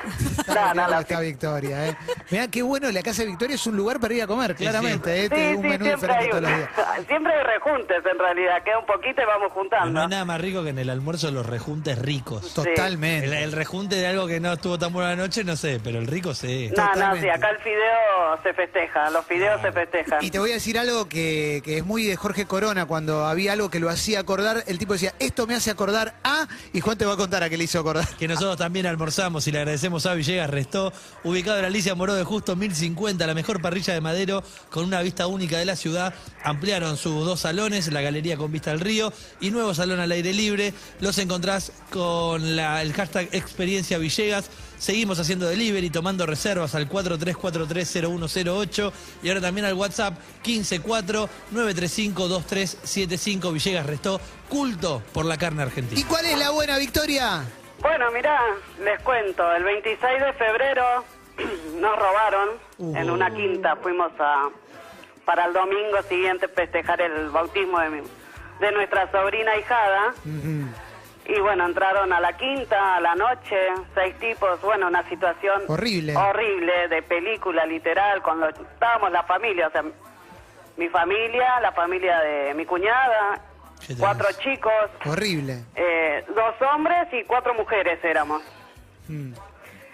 [SPEAKER 5] Ah, mirá cómo está Victoria, ¿eh? Mirá qué bueno, la casa de Victoria es un lugar para ir a comer, claramente. ¿eh? Tiene
[SPEAKER 9] Sí,
[SPEAKER 5] un
[SPEAKER 9] sí,
[SPEAKER 5] menú
[SPEAKER 9] siempre
[SPEAKER 5] diferente
[SPEAKER 9] hay,
[SPEAKER 5] todos
[SPEAKER 9] un-
[SPEAKER 5] los días.
[SPEAKER 9] siempre hay rejuntes en realidad. Queda un poquito y vamos
[SPEAKER 6] No,
[SPEAKER 9] juntando.
[SPEAKER 6] hay nada más rico que en el almuerzo los rejuntes ricos.
[SPEAKER 5] Totalmente.
[SPEAKER 6] El, el rejunte de algo que no estuvo tan bueno anoche, no sé, pero el rico sí.
[SPEAKER 9] No, no, sí,
[SPEAKER 5] Totalmente.
[SPEAKER 9] acá el fideo se festeja, los fideos se festejan.
[SPEAKER 5] Y te voy a decir algo que, que es muy de Jorge Corona, cuando había algo que lo hacía acordar, el tipo decía, esto me hace acordar a, y Juan te va a contar a qué le hizo acordar.
[SPEAKER 6] Que nosotros también almorzamos y le agradecemos a Villegas Restó, ubicado en Alicia Moró de Justo 1050, la mejor parrilla de madero con una vista única de la ciudad. Ampliaron sus dos salones, la galería con vista al río y nuevo salón al aire libre. Los encontrás con la- el hashtag Experiencia Villegas. Seguimos haciendo delivery, tomando reservas al 43430108 y ahora también al WhatsApp 154-935-2375. Villegas Restó, culto por la carne argentina.
[SPEAKER 5] ¿Y cuál es la buena, Victoria?
[SPEAKER 9] Bueno, mirá, les cuento, el 26 de febrero nos robaron
[SPEAKER 5] Uh.
[SPEAKER 9] en una quinta, fuimos a para el domingo siguiente festejar el bautismo de, mi- de nuestra sobrina hijada. Y bueno, entraron a la quinta, a la noche, seis tipos, bueno, una situación
[SPEAKER 5] Horrible.
[SPEAKER 9] horrible, de película, literal, con los, estábamos la familia, o sea, mi familia, la familia de mi cuñada,
[SPEAKER 6] ¿Qué tenés?
[SPEAKER 9] cuatro chicos,
[SPEAKER 5] Horrible.
[SPEAKER 9] eh, dos hombres y cuatro mujeres éramos.
[SPEAKER 5] Mm.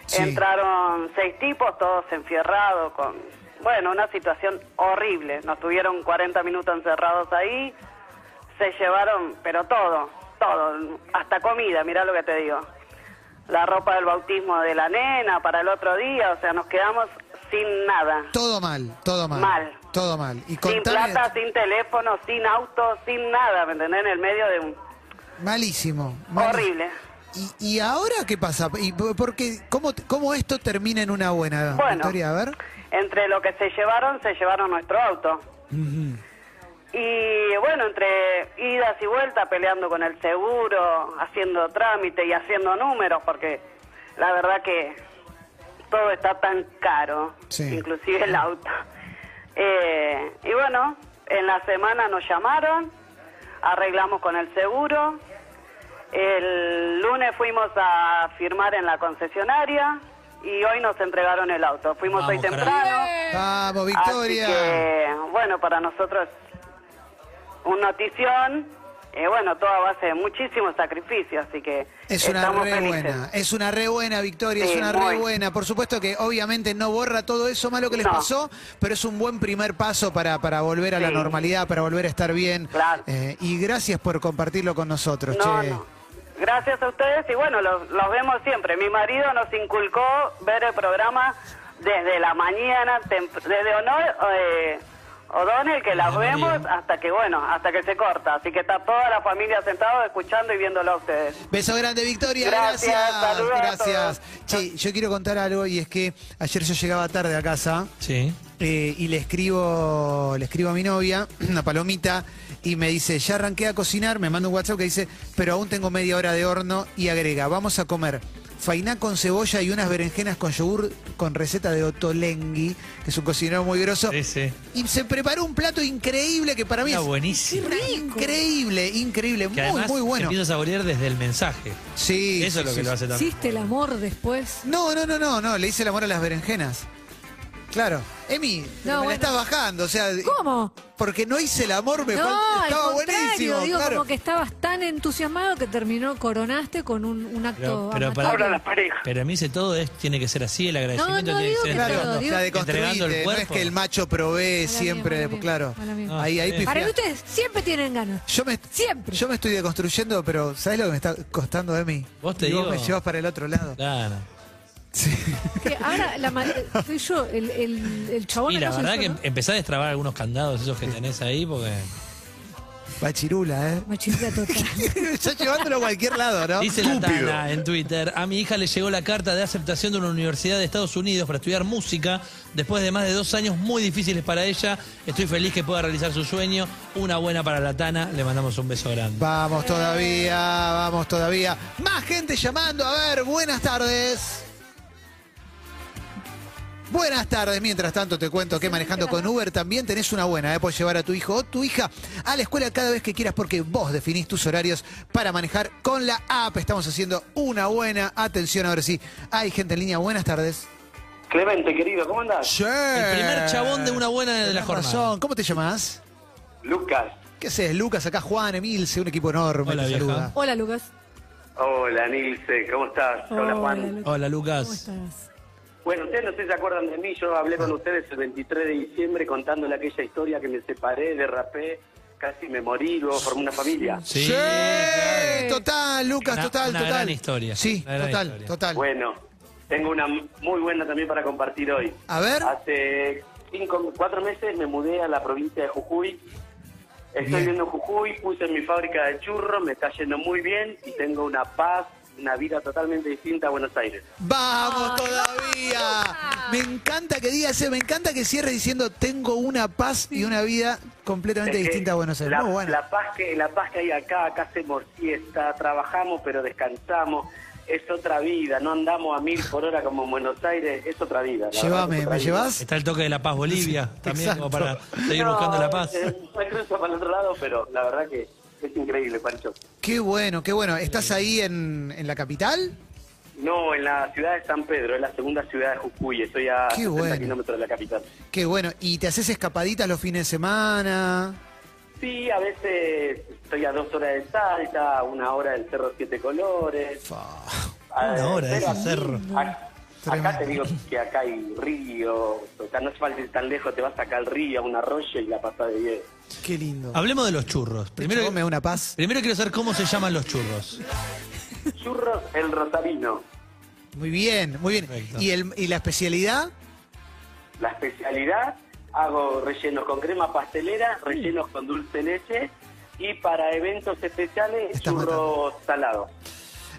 [SPEAKER 5] Sí.
[SPEAKER 9] Entraron seis tipos, todos enfierrados, con, bueno, una situación horrible. Nos tuvieron 40 minutos encerrados ahí, se llevaron, pero todo, todo, hasta comida, mirá lo que te digo. La ropa del bautismo de la nena para el otro día, o sea, nos quedamos sin nada.
[SPEAKER 5] Todo mal, todo mal.
[SPEAKER 9] Mal.
[SPEAKER 5] Todo mal. Y
[SPEAKER 9] Sin
[SPEAKER 5] contame,
[SPEAKER 9] plata, sin teléfono, sin auto, sin nada, ¿me entendés? En el medio de un...
[SPEAKER 5] malísimo. mal-
[SPEAKER 9] Horrible.
[SPEAKER 5] ¿Y, y ahora qué pasa? ¿Y por- porque, ¿cómo, ¿Cómo esto termina en una buena,
[SPEAKER 9] Bueno.
[SPEAKER 5] Victoria? A ver.
[SPEAKER 9] Entre lo que se llevaron, se llevaron nuestro auto. Y bueno, entre idas y vueltas, peleando con el seguro, haciendo trámite y haciendo números, porque la verdad que todo está tan caro,
[SPEAKER 5] Sí.
[SPEAKER 9] inclusive el auto. Eh, y bueno, en la semana nos llamaron, arreglamos con el seguro. El lunes fuimos a firmar en la concesionaria y hoy nos entregaron el auto. Fuimos hoy
[SPEAKER 6] Vamos,
[SPEAKER 9] temprano.
[SPEAKER 5] Vamos,
[SPEAKER 9] Así
[SPEAKER 5] Victoria.
[SPEAKER 9] que, bueno, para nosotros un notición, eh, bueno, toda base de muchísimo sacrificio, así que
[SPEAKER 5] Es una
[SPEAKER 9] estamos
[SPEAKER 5] re
[SPEAKER 9] felices.
[SPEAKER 5] buena, es una re buena Victoria, es
[SPEAKER 9] Sí,
[SPEAKER 5] una re
[SPEAKER 9] muy.
[SPEAKER 5] buena. Por supuesto que obviamente no borra todo eso malo que les
[SPEAKER 9] No.
[SPEAKER 5] pasó, pero es un buen primer paso para, para volver a la
[SPEAKER 9] Sí.
[SPEAKER 5] normalidad, para volver a estar bien.
[SPEAKER 9] Claro.
[SPEAKER 5] Eh, y gracias por compartirlo con nosotros,
[SPEAKER 9] No,
[SPEAKER 5] che.
[SPEAKER 9] no. Gracias a ustedes y bueno, los, los vemos siempre. Mi marido nos inculcó ver el programa desde la mañana, tem- desde Honor, eh, O'Donnell, que las
[SPEAKER 6] María.
[SPEAKER 9] vemos hasta que, bueno, hasta que se corta. Así que está toda la familia sentada escuchando y viéndolo a ustedes.
[SPEAKER 5] Beso grande, Eh, Victoria. Gracias.
[SPEAKER 9] Gracias, saludos a todos.
[SPEAKER 5] gracias. Che, yo quiero contar algo y es que ayer yo llegaba tarde a casa.
[SPEAKER 6] Sí.
[SPEAKER 5] Eh, y le escribo, le escribo a mi novia, a Palomita, y me dice, ya arranqué a cocinar, me manda un WhatsApp que dice, pero aún tengo media hora de horno, y agrega, vamos a comer fainá con cebolla y unas berenjenas con yogur con receta de Otolenghi, que es un cocinero muy groso.
[SPEAKER 6] Sí, sí.
[SPEAKER 5] Y se preparó un plato increíble que para mí
[SPEAKER 6] Está
[SPEAKER 5] es
[SPEAKER 6] buenísimo.
[SPEAKER 5] increíble, increíble,
[SPEAKER 6] Que
[SPEAKER 5] muy,
[SPEAKER 6] además
[SPEAKER 5] muy bueno.
[SPEAKER 6] empieza a saborear desde el mensaje.
[SPEAKER 5] Sí,
[SPEAKER 6] Eso es
[SPEAKER 5] sí,
[SPEAKER 6] lo que
[SPEAKER 5] sí,
[SPEAKER 6] lo hace tan
[SPEAKER 7] Hiciste el amor después.
[SPEAKER 5] No, no, no, no, no, le hice el amor a las berenjenas. Claro. Emi, me la
[SPEAKER 7] bueno.
[SPEAKER 5] estás bajando, o sea...
[SPEAKER 7] ¿Cómo?
[SPEAKER 5] Porque no hice el amor, me
[SPEAKER 7] No,
[SPEAKER 5] falta-
[SPEAKER 7] al
[SPEAKER 5] estaba
[SPEAKER 7] contrario,
[SPEAKER 5] buenísimo.
[SPEAKER 7] digo,
[SPEAKER 5] claro.
[SPEAKER 7] como que estabas tan entusiasmado que terminó, coronaste con un, un acto
[SPEAKER 6] Pero- pero para-
[SPEAKER 7] amatorio.
[SPEAKER 9] Ahora las parejas.
[SPEAKER 6] Pero a mí dice todo es, tiene que ser así, el agradecimiento
[SPEAKER 7] no,
[SPEAKER 6] tiene
[SPEAKER 7] digo
[SPEAKER 6] que
[SPEAKER 7] que
[SPEAKER 6] ser
[SPEAKER 5] Claro,
[SPEAKER 7] todo,
[SPEAKER 6] entregando-
[SPEAKER 7] digo-
[SPEAKER 5] la
[SPEAKER 6] entregando
[SPEAKER 5] deconstruiste,
[SPEAKER 6] el
[SPEAKER 5] no
[SPEAKER 6] cuerpo.
[SPEAKER 5] es que el macho provee
[SPEAKER 7] Mala
[SPEAKER 5] siempre,
[SPEAKER 7] mía, mala
[SPEAKER 5] claro.
[SPEAKER 7] mía, mala mía.
[SPEAKER 6] Ah,
[SPEAKER 5] ahí ahí
[SPEAKER 6] sí.
[SPEAKER 5] pifiás.
[SPEAKER 7] Para mí ustedes siempre tienen ganas.
[SPEAKER 5] yo me,
[SPEAKER 7] Siempre.
[SPEAKER 5] Yo me estoy deconstruyendo, pero ¿sabes lo que me está costando de mí?
[SPEAKER 6] Vos te
[SPEAKER 5] Y
[SPEAKER 6] digo-
[SPEAKER 5] me llevas para el otro lado.
[SPEAKER 6] Claro.
[SPEAKER 5] Sí.
[SPEAKER 7] Que ahora la ma- soy yo, el, el, el chabón
[SPEAKER 6] Y la
[SPEAKER 7] acá soy
[SPEAKER 6] verdad
[SPEAKER 7] yo,
[SPEAKER 6] que
[SPEAKER 7] ¿no?
[SPEAKER 6] empezás a destrabar algunos candados esos que tenés ahí, porque
[SPEAKER 5] Machirula, ¿eh?
[SPEAKER 7] Machirula total.
[SPEAKER 5] Está llevándolo a cualquier lado, ¿no?
[SPEAKER 6] Dice la Tana en Twitter, a mi hija le llegó la carta de aceptación de una universidad de Estados Unidos para estudiar música después de más de dos años muy difíciles para ella. Estoy feliz que pueda realizar su sueño. Una buena para la Tana. Le mandamos un beso grande.
[SPEAKER 5] Vamos todavía, vamos todavía. Más gente llamando. A ver, buenas tardes. Buenas tardes, mientras tanto te cuento que manejando con Uber también tenés una buena, ¿eh? puedes llevar a tu hijo o tu hija a la escuela cada vez que quieras porque vos definís tus horarios para manejar con la app. Estamos haciendo una buena atención, a ver si hay gente en línea. Buenas tardes.
[SPEAKER 11] Clemente, querido, ¿cómo andás?
[SPEAKER 5] Sí.
[SPEAKER 6] El primer chabón de una buena de la
[SPEAKER 5] Tenés
[SPEAKER 6] jornada.
[SPEAKER 5] razón. ¿Cómo te llamás?
[SPEAKER 11] Lucas.
[SPEAKER 5] ¿Qué haces, Lucas? Acá Juan, Emilce, un equipo enorme.
[SPEAKER 6] Hola,
[SPEAKER 5] te
[SPEAKER 6] vieja.
[SPEAKER 5] saluda.
[SPEAKER 7] Hola, Lucas.
[SPEAKER 11] Hola, Nilce, ¿cómo estás? Hola, Juan.
[SPEAKER 7] ¿Cómo
[SPEAKER 6] Hola, Lucas.
[SPEAKER 7] estás?
[SPEAKER 11] Bueno, ustedes no sé si se acuerdan de mí, yo hablé con ustedes el 23 de diciembre contándole aquella historia que me separé, derrapé, casi me morí, luego formé una familia.
[SPEAKER 6] Sí.
[SPEAKER 5] Sí,
[SPEAKER 6] claro.
[SPEAKER 5] total, Lucas,
[SPEAKER 6] Una-
[SPEAKER 5] total,
[SPEAKER 6] una
[SPEAKER 5] total.
[SPEAKER 6] gran historia.
[SPEAKER 5] Sí,
[SPEAKER 6] Una gran
[SPEAKER 5] total,
[SPEAKER 6] historia.
[SPEAKER 5] total.
[SPEAKER 11] Bueno, tengo una muy buena también para compartir hoy.
[SPEAKER 5] A ver.
[SPEAKER 11] Hace cinco, cuatro meses me mudé a la provincia de Jujuy. Estoy
[SPEAKER 5] Bien.
[SPEAKER 11] viviendo en Jujuy, puse mi fábrica de churros, me está yendo muy bien y tengo una paz, una vida totalmente distinta a Buenos Aires.
[SPEAKER 5] Vamos todavía. Me encanta que digas, eso, me encanta que cierres diciendo tengo una paz y una vida completamente
[SPEAKER 11] Es que
[SPEAKER 5] distinta a Buenos Aires.
[SPEAKER 11] La,
[SPEAKER 5] Muy bueno.
[SPEAKER 11] la paz que, la paz que hay acá, acá hacemos siesta, trabajamos pero descansamos. Es otra vida, no andamos a mil por hora como en Buenos Aires, es otra vida. la verdad,
[SPEAKER 5] Llévame,
[SPEAKER 11] es otra
[SPEAKER 5] ¿me
[SPEAKER 11] vida.
[SPEAKER 5] llevas?
[SPEAKER 6] Está el toque de la paz Bolivia también como para
[SPEAKER 5] Exacto.
[SPEAKER 6] seguir buscando
[SPEAKER 11] No,
[SPEAKER 6] la paz.
[SPEAKER 11] eh, me cruzo para el otro lado, pero la verdad que es increíble, Pancho.
[SPEAKER 5] Qué bueno, qué bueno. ¿Estás ahí en, en la capital?
[SPEAKER 11] No, en la ciudad de San Pedro, es la segunda ciudad de Jujuy, estoy a
[SPEAKER 5] Qué
[SPEAKER 11] 70
[SPEAKER 5] bueno.
[SPEAKER 11] kilómetros de la capital.
[SPEAKER 5] Qué bueno. ¿Y te haces escapaditas los fines de semana?
[SPEAKER 11] Sí, a veces estoy a dos horas de Salta, a una hora del Cerro Siete Colores,
[SPEAKER 5] Fa.
[SPEAKER 11] A-
[SPEAKER 6] Una hora de
[SPEAKER 11] pero
[SPEAKER 6] ese cerro.
[SPEAKER 11] a- Acá te digo que acá hay río, o sea, no es falta ir tan lejos, te vas acá al río, a un arroyo y la pasás de bien.
[SPEAKER 5] Qué lindo.
[SPEAKER 6] Hablemos de los churros.
[SPEAKER 5] Primero
[SPEAKER 6] Primero,
[SPEAKER 5] me da una paz.
[SPEAKER 6] primero quiero saber cómo se llaman los churros.
[SPEAKER 11] Churros el Rosarino,
[SPEAKER 5] Muy bien, muy bien.
[SPEAKER 6] Perfecto.
[SPEAKER 5] ¿Y, el, ¿Y la especialidad?
[SPEAKER 11] la especialidad, hago rellenos con crema pastelera, rellenos con dulce de leche y para eventos especiales
[SPEAKER 5] Estás
[SPEAKER 11] churros salados.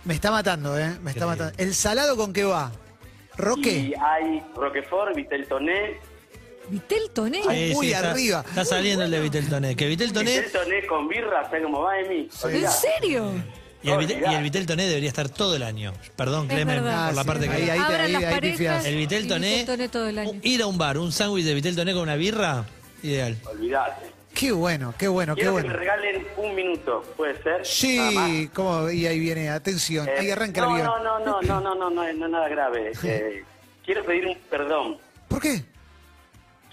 [SPEAKER 5] Me está matando, ¿eh? Me está
[SPEAKER 6] Qué
[SPEAKER 5] matando. ¿El salado con qué va?
[SPEAKER 11] Y
[SPEAKER 5] ¿Roque?
[SPEAKER 11] hay Roquefort, Vitel Toné,
[SPEAKER 7] Vitel Toné.
[SPEAKER 5] Ay, muy
[SPEAKER 6] está-
[SPEAKER 5] arriba.
[SPEAKER 6] Está saliendo el de Vitel Toné. Que Vitel Toné
[SPEAKER 11] Vitel Toné con birra, ¿sabes cómo va, Emi?
[SPEAKER 7] ¿En
[SPEAKER 11] Olvidá.
[SPEAKER 7] serio?
[SPEAKER 6] Y el, Vitel- y el Vitel Toné debería estar todo el año. Perdón,
[SPEAKER 7] Es
[SPEAKER 6] Clemen,
[SPEAKER 7] verdad.
[SPEAKER 6] por la
[SPEAKER 5] Ah,
[SPEAKER 6] parte
[SPEAKER 5] sí,
[SPEAKER 6] que...
[SPEAKER 5] ahí- ahí te-
[SPEAKER 7] Abran
[SPEAKER 5] ahí-
[SPEAKER 7] las
[SPEAKER 5] ahí te
[SPEAKER 7] parejas.
[SPEAKER 5] fiás.
[SPEAKER 6] El Vitel
[SPEAKER 7] y
[SPEAKER 6] Toné,
[SPEAKER 7] todo el año.
[SPEAKER 6] un- ir a un bar, un sándwich de Vitel Toné con una birra, ideal.
[SPEAKER 11] Olvidate.
[SPEAKER 5] Qué bueno, qué bueno, qué
[SPEAKER 11] Quiero que me
[SPEAKER 5] bueno.
[SPEAKER 11] regalen un minuto, ¿puede ser? Nada más.
[SPEAKER 5] Sí, ¿cómo? Y ahí viene, atención.
[SPEAKER 11] Eh,
[SPEAKER 5] Ahí arranca el
[SPEAKER 11] no,
[SPEAKER 5] avión.
[SPEAKER 11] no, no, no, no, no, no, no, es- no es nada grave. Eh, quiero pedir un perdón.
[SPEAKER 5] ¿Por qué?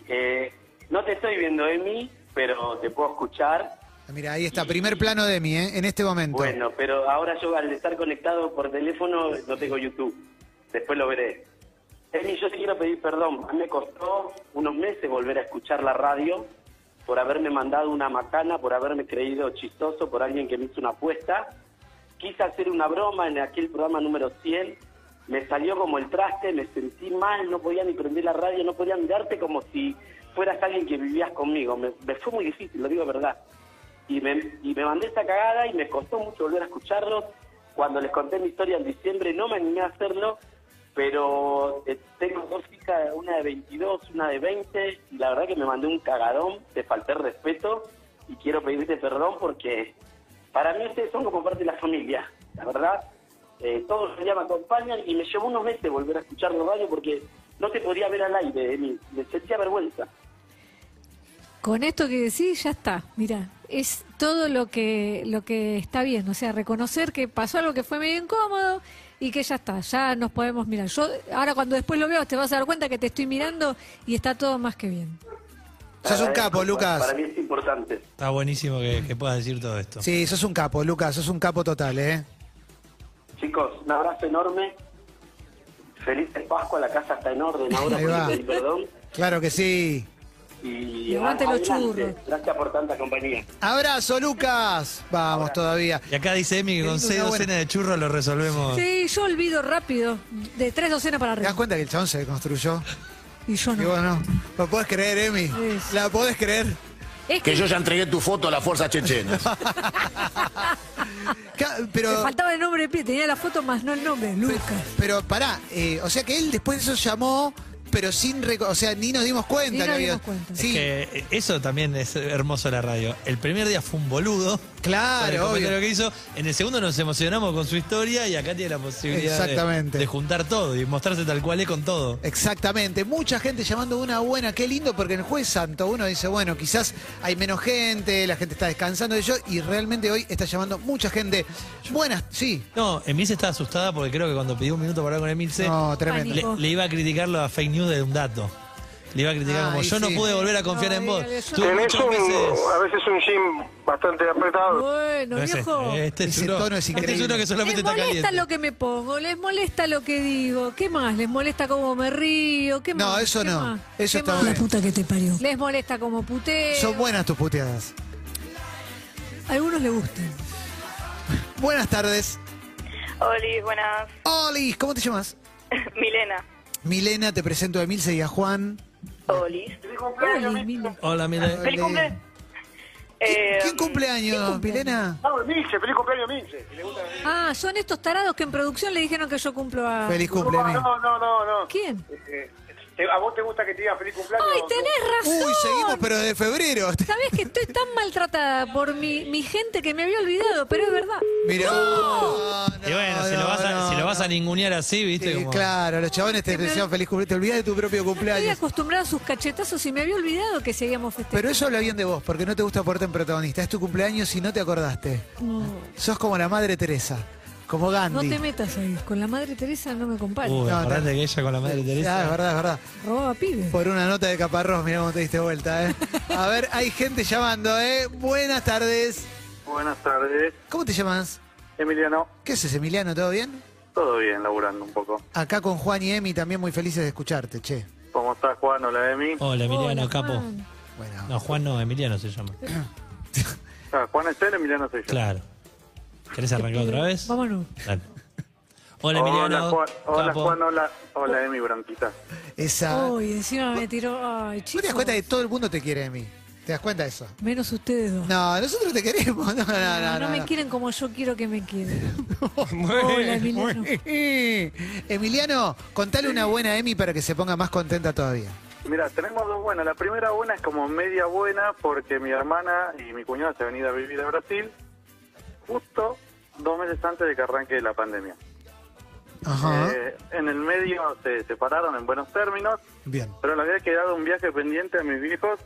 [SPEAKER 11] Eh, no te estoy viendo, Emi, pero te puedo escuchar.
[SPEAKER 5] Mira, ahí está, primer plano de mí, ¿eh? En este momento.
[SPEAKER 11] Bueno, pero ahora yo al estar conectado por teléfono no tengo YouTube. Después lo veré. Emi, yo te quiero pedir perdón. A mí me costó unos meses volver a escuchar la radio por haberme mandado una macana, por haberme creído chistoso por alguien que me hizo una apuesta. Quise hacer una broma en aquel programa número 100. Me salió como el traste, me sentí mal, no podía ni prender la radio, no podía mirarte como si fueras alguien que vivías conmigo. Me, me fue muy difícil, lo digo de verdad. Y me, y me mandé esta cagada y me costó mucho volver a escucharlos. Cuando les conté mi historia en diciembre no me animé a hacerlo, pero eh, tengo dos hijas, una de 22, una de 20, y la verdad que me mandé un cagadón, te falté el respeto y quiero pedirte perdón porque para mí ustedes son como parte de la familia, la verdad. Eh, todos los días me acompañan y me llevó unos meses volver a escuchar los radios porque no te podía ver al aire, Emi. me sentía vergüenza.
[SPEAKER 7] Con esto que decís, ya está. Mira, es todo lo que, lo que está bien. O sea, reconocer que pasó algo que fue medio incómodo y que ya está. Ya nos podemos mirar. Yo, ahora cuando después lo veo, te vas a dar cuenta que te estoy mirando y está todo más que bien.
[SPEAKER 5] Sos un
[SPEAKER 11] Agradezco,
[SPEAKER 5] capo,
[SPEAKER 11] pa-
[SPEAKER 5] Lucas.
[SPEAKER 11] Para mí es importante.
[SPEAKER 6] Está buenísimo que, que puedas decir todo esto.
[SPEAKER 5] Sí, sos un capo, Lucas, sos un capo total, ¿eh?
[SPEAKER 11] Chicos, un abrazo enorme. Feliz Pascua, la casa está en orden ahora,
[SPEAKER 5] Ahí va.
[SPEAKER 11] por pedir perdón.
[SPEAKER 5] Claro que sí.
[SPEAKER 11] Y
[SPEAKER 7] Levante los
[SPEAKER 11] adelante.
[SPEAKER 7] churros.
[SPEAKER 11] Gracias por tanta compañía.
[SPEAKER 5] Abrazo, Lucas. Vamos todavía.
[SPEAKER 6] Y acá dice Emi que con
[SPEAKER 5] Lindo,
[SPEAKER 6] seis
[SPEAKER 5] una buena-
[SPEAKER 6] docenas de churros lo resolvemos.
[SPEAKER 7] Sí, yo olvido rápido. De tres docenas para
[SPEAKER 5] Ah. ¿Te das
[SPEAKER 7] arriba.
[SPEAKER 5] cuenta que el chabón se construyó?
[SPEAKER 7] Y yo
[SPEAKER 5] Y
[SPEAKER 7] no.
[SPEAKER 5] vos no. ¿Lo podés creer, Emi?
[SPEAKER 7] Sí.
[SPEAKER 5] ¿La podés creer?
[SPEAKER 7] Es
[SPEAKER 12] que yo ya entregué tu foto a las fuerzas chechenas.
[SPEAKER 7] Le faltaba el nombre de pie, tenía la foto más no el nombre, Lucas.
[SPEAKER 5] Pero pará, eh, o sea que él después de eso llamó, pero sin reco- o sea, ni nos dimos cuenta.
[SPEAKER 7] Ni nos
[SPEAKER 5] que había-
[SPEAKER 7] dimos cuenta.
[SPEAKER 5] Sí,
[SPEAKER 6] Es que eso también es hermoso de la radio. El primer día fue un boludo.
[SPEAKER 5] Claro,
[SPEAKER 6] con el comentario
[SPEAKER 5] obvio.
[SPEAKER 6] que hizo. En el segundo nos emocionamos con su historia y acá tiene la posibilidad de-
[SPEAKER 5] Exactamente.
[SPEAKER 6] De, juntar todo y mostrarse tal cual es con todo.
[SPEAKER 5] exactamente. Mucha gente llamando una buena, qué lindo, porque en el jueves santo uno dice, bueno, quizás hay menos gente, la gente está descansando y yo, y realmente hoy está llamando mucha gente. Buenas, sí.
[SPEAKER 6] No, Emilce estaba asustada porque creo que cuando pidió un minuto para hablar con Emilce,
[SPEAKER 5] No, tremendo.
[SPEAKER 6] le, le iba a criticar la fake news de un dato. Le iba a criticar
[SPEAKER 5] Ay,
[SPEAKER 6] como yo no
[SPEAKER 5] sí.
[SPEAKER 6] pude volver a confiar en vos. Tuve
[SPEAKER 13] Tenés
[SPEAKER 6] muchas
[SPEAKER 13] un,
[SPEAKER 6] veces-
[SPEAKER 13] a veces un gym bastante apretado.
[SPEAKER 7] Bueno,
[SPEAKER 6] No, ese-
[SPEAKER 7] viejo.
[SPEAKER 6] este es
[SPEAKER 5] Ese
[SPEAKER 6] uno-
[SPEAKER 5] tono es
[SPEAKER 6] este
[SPEAKER 5] increíble.
[SPEAKER 6] uno que solamente
[SPEAKER 7] Les
[SPEAKER 6] está
[SPEAKER 7] molesta
[SPEAKER 6] caliente.
[SPEAKER 7] lo que me pongo, les molesta lo que digo, ¿qué más? ¿Les molesta cómo me río? ¿Qué
[SPEAKER 5] No,
[SPEAKER 7] más?
[SPEAKER 5] eso
[SPEAKER 7] ¿Qué
[SPEAKER 5] no.
[SPEAKER 7] más?
[SPEAKER 5] Eso
[SPEAKER 7] ¿Qué
[SPEAKER 5] está
[SPEAKER 7] más?
[SPEAKER 5] bueno. La puta
[SPEAKER 7] que te parió. Les molesta como puteo.
[SPEAKER 5] Son buenas tus puteadas.
[SPEAKER 7] A algunos les gustan.
[SPEAKER 5] Buenas tardes.
[SPEAKER 14] Oli, buenas.
[SPEAKER 5] Olis, ¿cómo te llamas?
[SPEAKER 14] Milena.
[SPEAKER 5] Milena, te presento a Emilce y a Juan. Ah,
[SPEAKER 14] Olis. Feliz cumpleaños,
[SPEAKER 6] Hola, Milena.
[SPEAKER 14] Feliz cumpleaños. Eh,
[SPEAKER 5] ¿Quién cumpleaños, Milena?
[SPEAKER 13] No, Milce, feliz cumpleaños, Milce. Si le gusta-
[SPEAKER 7] Ah, son estos tarados que en producción le dijeron que yo cumplo a...
[SPEAKER 5] Feliz cumple,
[SPEAKER 13] No, no, no, no, no.
[SPEAKER 7] ¿Quién?
[SPEAKER 13] Eh, te- ¿A vos te gusta que te digan feliz cumpleaños?
[SPEAKER 7] ¡Ay, tenés razón!
[SPEAKER 5] Uy, seguimos, pero desde febrero.
[SPEAKER 7] Sabés que estoy tan maltratada por mi, mi gente que me había olvidado, pero es verdad.
[SPEAKER 5] Mirá.
[SPEAKER 7] ¡Oh!
[SPEAKER 5] ah,
[SPEAKER 6] y bueno, si, lo vas a, si lo vas a ningunear así, viste,
[SPEAKER 5] Eh,
[SPEAKER 6] como-
[SPEAKER 5] claro, los chabones te desean feliz cumpleaños. Te olvidás de tu propio
[SPEAKER 7] Estoy
[SPEAKER 5] cumpleaños.
[SPEAKER 7] acostumbrada a sus cachetazos y me había olvidado que seguíamos festejando.
[SPEAKER 5] Pero eso habla bien de vos, porque no te gusta ponerte en protagonista. Es tu cumpleaños y no te acordaste.
[SPEAKER 7] No,
[SPEAKER 5] Sos como la madre Teresa, como
[SPEAKER 7] no
[SPEAKER 5] Gandhi.
[SPEAKER 7] te metas ahí. Con la madre Teresa no me compares.
[SPEAKER 6] Uy,
[SPEAKER 5] No,
[SPEAKER 6] acordate
[SPEAKER 5] no.
[SPEAKER 6] que ella con la madre Teresa.
[SPEAKER 5] Ah, es verdad, es verdad.
[SPEAKER 7] Robaba pibes.
[SPEAKER 5] Por una nota de caparrós, mirá cómo te diste vuelta, ¿eh? A ver, hay gente llamando, ¿eh? Buenas tardes.
[SPEAKER 15] Buenas tardes,
[SPEAKER 5] ¿Cómo te llamas?
[SPEAKER 15] Emiliano.
[SPEAKER 5] ¿Qué haces, Emiliano? ¿Todo bien?
[SPEAKER 15] Todo bien, laburando un poco.
[SPEAKER 5] Acá con Juan y Emi, también muy felices de escucharte, che.
[SPEAKER 15] ¿Cómo estás, Juan? Hola, Emi.
[SPEAKER 6] Hola, Emiliano, capo.
[SPEAKER 5] Bueno.
[SPEAKER 6] No, Juan no, Emiliano se llama.
[SPEAKER 15] Ah, Juan es él, Emiliano soy yo.
[SPEAKER 6] Claro. ¿Querés arrancar otra vez?
[SPEAKER 7] Vámonos.
[SPEAKER 6] Dale. Hola, Emiliano.
[SPEAKER 15] Hola, Juan. Hola,
[SPEAKER 6] capo.
[SPEAKER 15] Juan. Hola, hola, Emi Branquita.
[SPEAKER 5] Esa.
[SPEAKER 7] Uy, encima me tiró. Ay,
[SPEAKER 5] ¿No te das
[SPEAKER 7] chicos.
[SPEAKER 5] cuenta que todo el mundo te quiere, Emi? ¿Te das cuenta de eso?
[SPEAKER 7] Menos ustedes dos.
[SPEAKER 5] No, nosotros te queremos. No, no, no.
[SPEAKER 7] No,
[SPEAKER 5] no,
[SPEAKER 7] me
[SPEAKER 5] no.
[SPEAKER 7] quieren como yo quiero que me quieran. Hola, Emiliano.
[SPEAKER 5] Emiliano, contale una buena a Emi para que se ponga más contenta todavía.
[SPEAKER 15] Mira, tenemos dos buenas. La primera buena es como media buena porque mi hermana y mi cuñada se han venido a vivir a Brasil justo dos meses antes de que arranque la pandemia.
[SPEAKER 5] Ah.
[SPEAKER 15] Eh, en el medio se separaron en buenos términos,
[SPEAKER 5] Bien.
[SPEAKER 15] pero le había quedado un viaje pendiente a mis viejos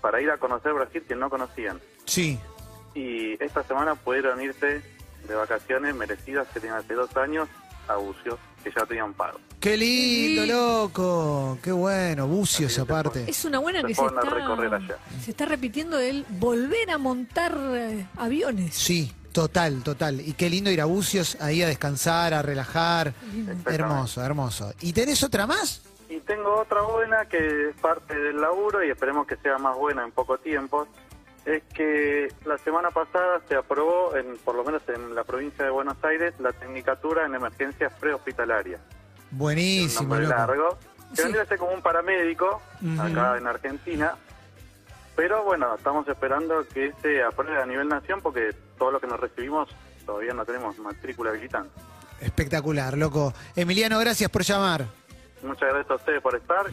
[SPEAKER 15] para ir a conocer Brasil que no conocían.
[SPEAKER 5] Sí.
[SPEAKER 15] y esta semana pudieron irse de vacaciones merecidas que tenían hace dos años a Bucios, que ya tenían pago.
[SPEAKER 5] Qué lindo, loco. Qué bueno. Bucios aparte.
[SPEAKER 7] Es una buena
[SPEAKER 15] Se
[SPEAKER 7] que se
[SPEAKER 15] fueron a recorrer
[SPEAKER 7] está,
[SPEAKER 15] allá.
[SPEAKER 7] se está repitiendo el volver a montar eh, aviones.
[SPEAKER 5] Sí, total, total. Y qué lindo ir a Bucios ahí a descansar, a relajar. Hermoso, hermoso. ¿Y tenés otra más?
[SPEAKER 15] Y tengo otra buena que es parte del laburo y esperemos que sea más buena en poco tiempo. Es que la semana pasada se aprobó, en, por lo menos en la provincia de Buenos Aires, la Tecnicatura en Emergencias Prehospitalarias.
[SPEAKER 5] Buenísimo,
[SPEAKER 15] nombre
[SPEAKER 5] loco.
[SPEAKER 15] largo. Que vendría a ser como un paramédico
[SPEAKER 5] Ujú.
[SPEAKER 15] acá en Argentina. Pero bueno, estamos esperando que se apruebe a nivel nación porque todo lo que nos recibimos todavía no tenemos matrícula habilitante.
[SPEAKER 5] Espectacular, loco. Emiliano, gracias por llamar.
[SPEAKER 15] Muchas gracias a ustedes por estar,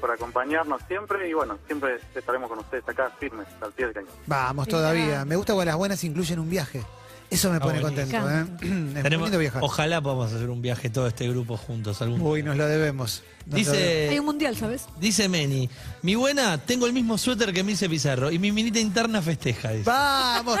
[SPEAKER 15] por acompañarnos siempre y bueno, siempre estaremos con ustedes acá firmes, al pie del cañón.
[SPEAKER 5] Vamos todavía. Me gusta cuando las buenas incluyen un viaje. Eso me
[SPEAKER 6] Ah,
[SPEAKER 5] pone
[SPEAKER 6] buenísimo.
[SPEAKER 5] contento, ¿eh? Es muy
[SPEAKER 6] Tenemos-
[SPEAKER 5] lindo viajar.
[SPEAKER 6] Ojalá podamos hacer un viaje todo este grupo juntos. Algún...
[SPEAKER 5] Uy, nos lo debemos. Nos lo debemos.
[SPEAKER 7] Hay
[SPEAKER 6] Dice,
[SPEAKER 7] un mundial, ¿sabes?
[SPEAKER 6] dice Meni, mi buena, tengo el mismo suéter que me hice Pizarro y mi minita interna festeja. dice.
[SPEAKER 5] Vamos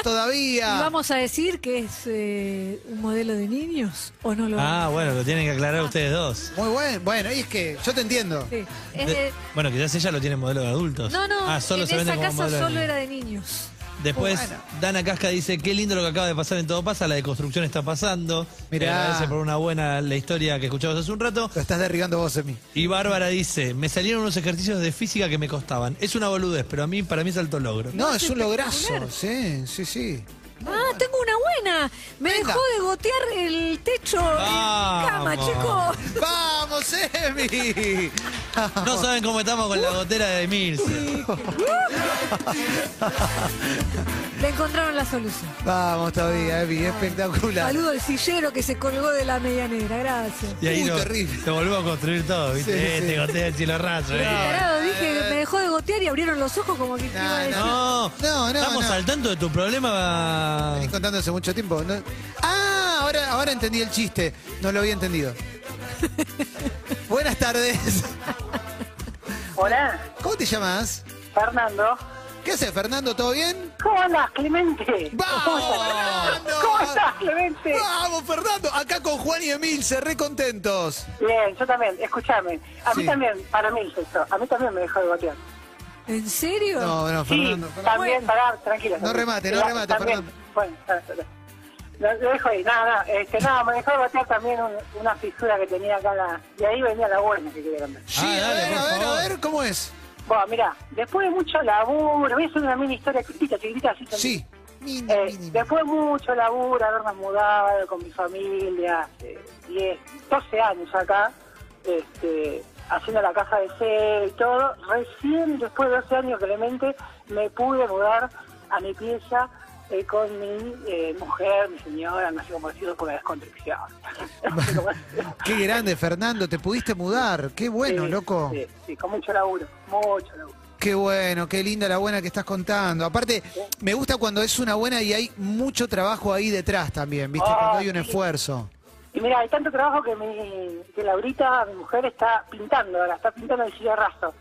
[SPEAKER 7] Y
[SPEAKER 5] todavía.
[SPEAKER 7] vamos a decir que es eh, un modelo de niños o no lo
[SPEAKER 6] Ah, bueno, lo tienen que aclarar ustedes dos.
[SPEAKER 5] Muy bueno. Bueno, y es que yo te entiendo.
[SPEAKER 7] Sí. Es
[SPEAKER 6] De-
[SPEAKER 7] de-
[SPEAKER 6] bueno, quizás ella lo tiene en modelo de adultos.
[SPEAKER 7] No, no,
[SPEAKER 6] Ah, solo
[SPEAKER 7] en
[SPEAKER 6] se vende
[SPEAKER 7] esa
[SPEAKER 6] como
[SPEAKER 7] casa
[SPEAKER 6] modelo de
[SPEAKER 7] solo
[SPEAKER 6] niños.
[SPEAKER 7] era de niños.
[SPEAKER 6] Después,
[SPEAKER 7] Bueno.
[SPEAKER 6] Dana Casca dice, qué lindo lo que acaba de pasar en Todo Pasa, la de construcción está pasando.
[SPEAKER 5] Mirá.
[SPEAKER 6] Mira, Agradece por una buena la historia que escuchamos hace un rato.
[SPEAKER 5] Lo estás derribando vos en mí.
[SPEAKER 6] Y Bárbara dice, me salieron unos ejercicios de física que me costaban. Es una boludez, pero a mí, para mí es alto logro.
[SPEAKER 5] No, es un lograzo. Sí, sí, sí.
[SPEAKER 7] Ah, tengo una buena. Me dejó de gotear el techo. en Cama, chicos.
[SPEAKER 5] ¡Vamos, Emi!
[SPEAKER 6] No saben cómo estamos con la gotera de Emilce.
[SPEAKER 5] Uh.
[SPEAKER 7] Le encontraron la solución.
[SPEAKER 5] Vamos todavía, Emi, espectacular.
[SPEAKER 7] Saludo al sillero que se colgó de la medianera. Gracias.
[SPEAKER 6] Y ahí
[SPEAKER 5] Uy,
[SPEAKER 6] lo,
[SPEAKER 5] Uh, terrible.
[SPEAKER 6] lo volvemos a construir todo, ¿viste?
[SPEAKER 5] Sí,
[SPEAKER 6] Eh,
[SPEAKER 5] sí.
[SPEAKER 6] Te gotea el chilo raso, eh.
[SPEAKER 7] Tarado, dije, me dejó de gotear y abrieron los ojos como que te iba a decir.
[SPEAKER 6] No,
[SPEAKER 5] Ah, No, no,
[SPEAKER 6] estamos
[SPEAKER 5] no.
[SPEAKER 6] al tanto de tu problema.
[SPEAKER 5] Venís contando hace mucho tiempo. ¿no? Ah, ahora, ahora entendí el chiste. No lo había entendido. Buenas tardes.
[SPEAKER 16] Hola,
[SPEAKER 5] ¿Cómo te llamas?
[SPEAKER 16] Fernando.
[SPEAKER 5] ¿Qué haces, Fernando? ¿Todo bien?
[SPEAKER 16] ¿Cómo andás, Clemente?
[SPEAKER 5] ¡Vamos, Fernando!
[SPEAKER 16] ¿Cómo estás, Clemente?
[SPEAKER 5] ¡Vamos, Fernando! Acá con Juan y Emilce, re contentos.
[SPEAKER 16] Bien, yo también, escúchame. A mí
[SPEAKER 5] Sí.
[SPEAKER 16] también, para mí, esto, a mí también me dejó de gotear.
[SPEAKER 7] ¿En serio?
[SPEAKER 5] No, no, Fernando.
[SPEAKER 16] sí, también, pará, tranquilo.
[SPEAKER 5] No remate, no
[SPEAKER 16] Ya,
[SPEAKER 5] remate,
[SPEAKER 16] también.
[SPEAKER 5] Fernando.
[SPEAKER 16] Bueno, pará, pará. No, lo dejo ahí, nada, nada, este, nada, me dejó de gotear también un- una fisura que tenía acá, la, y ahí venía la buena que quería cambiar.
[SPEAKER 5] Sí, a ver, a ver, a ver, ¿cómo es?
[SPEAKER 16] Bueno, mira, después de mucho laburo, voy a hacer una mini historia chiquitita, chiquitita, así también.
[SPEAKER 5] Sí.
[SPEAKER 16] Eh, después de mucho laburo, habernos mudado con mi familia, eh, 10, 12 años acá, este, haciendo la casa de cero y todo, recién después de 12 años Clemente me pude mudar a mi pieza eh, con mi eh, mujer, mi señora, no sé cómo decirlo, por la desconstrucción.
[SPEAKER 5] Qué grande, Fernando. Te pudiste mudar. Qué bueno,
[SPEAKER 16] Sí,
[SPEAKER 5] loco.
[SPEAKER 16] Sí, sí, con mucho laburo, mucho laburo.
[SPEAKER 5] Qué bueno, qué linda la buena que estás contando. Aparte, me gusta cuando es una buena y hay mucho trabajo ahí detrás también, ¿viste?
[SPEAKER 16] Ah,
[SPEAKER 5] cuando hay un
[SPEAKER 16] sí.
[SPEAKER 5] esfuerzo.
[SPEAKER 16] Y mira, hay tanto trabajo que, mi, que Laurita, mi mujer, está pintando ahora, está pintando el cigarrazo.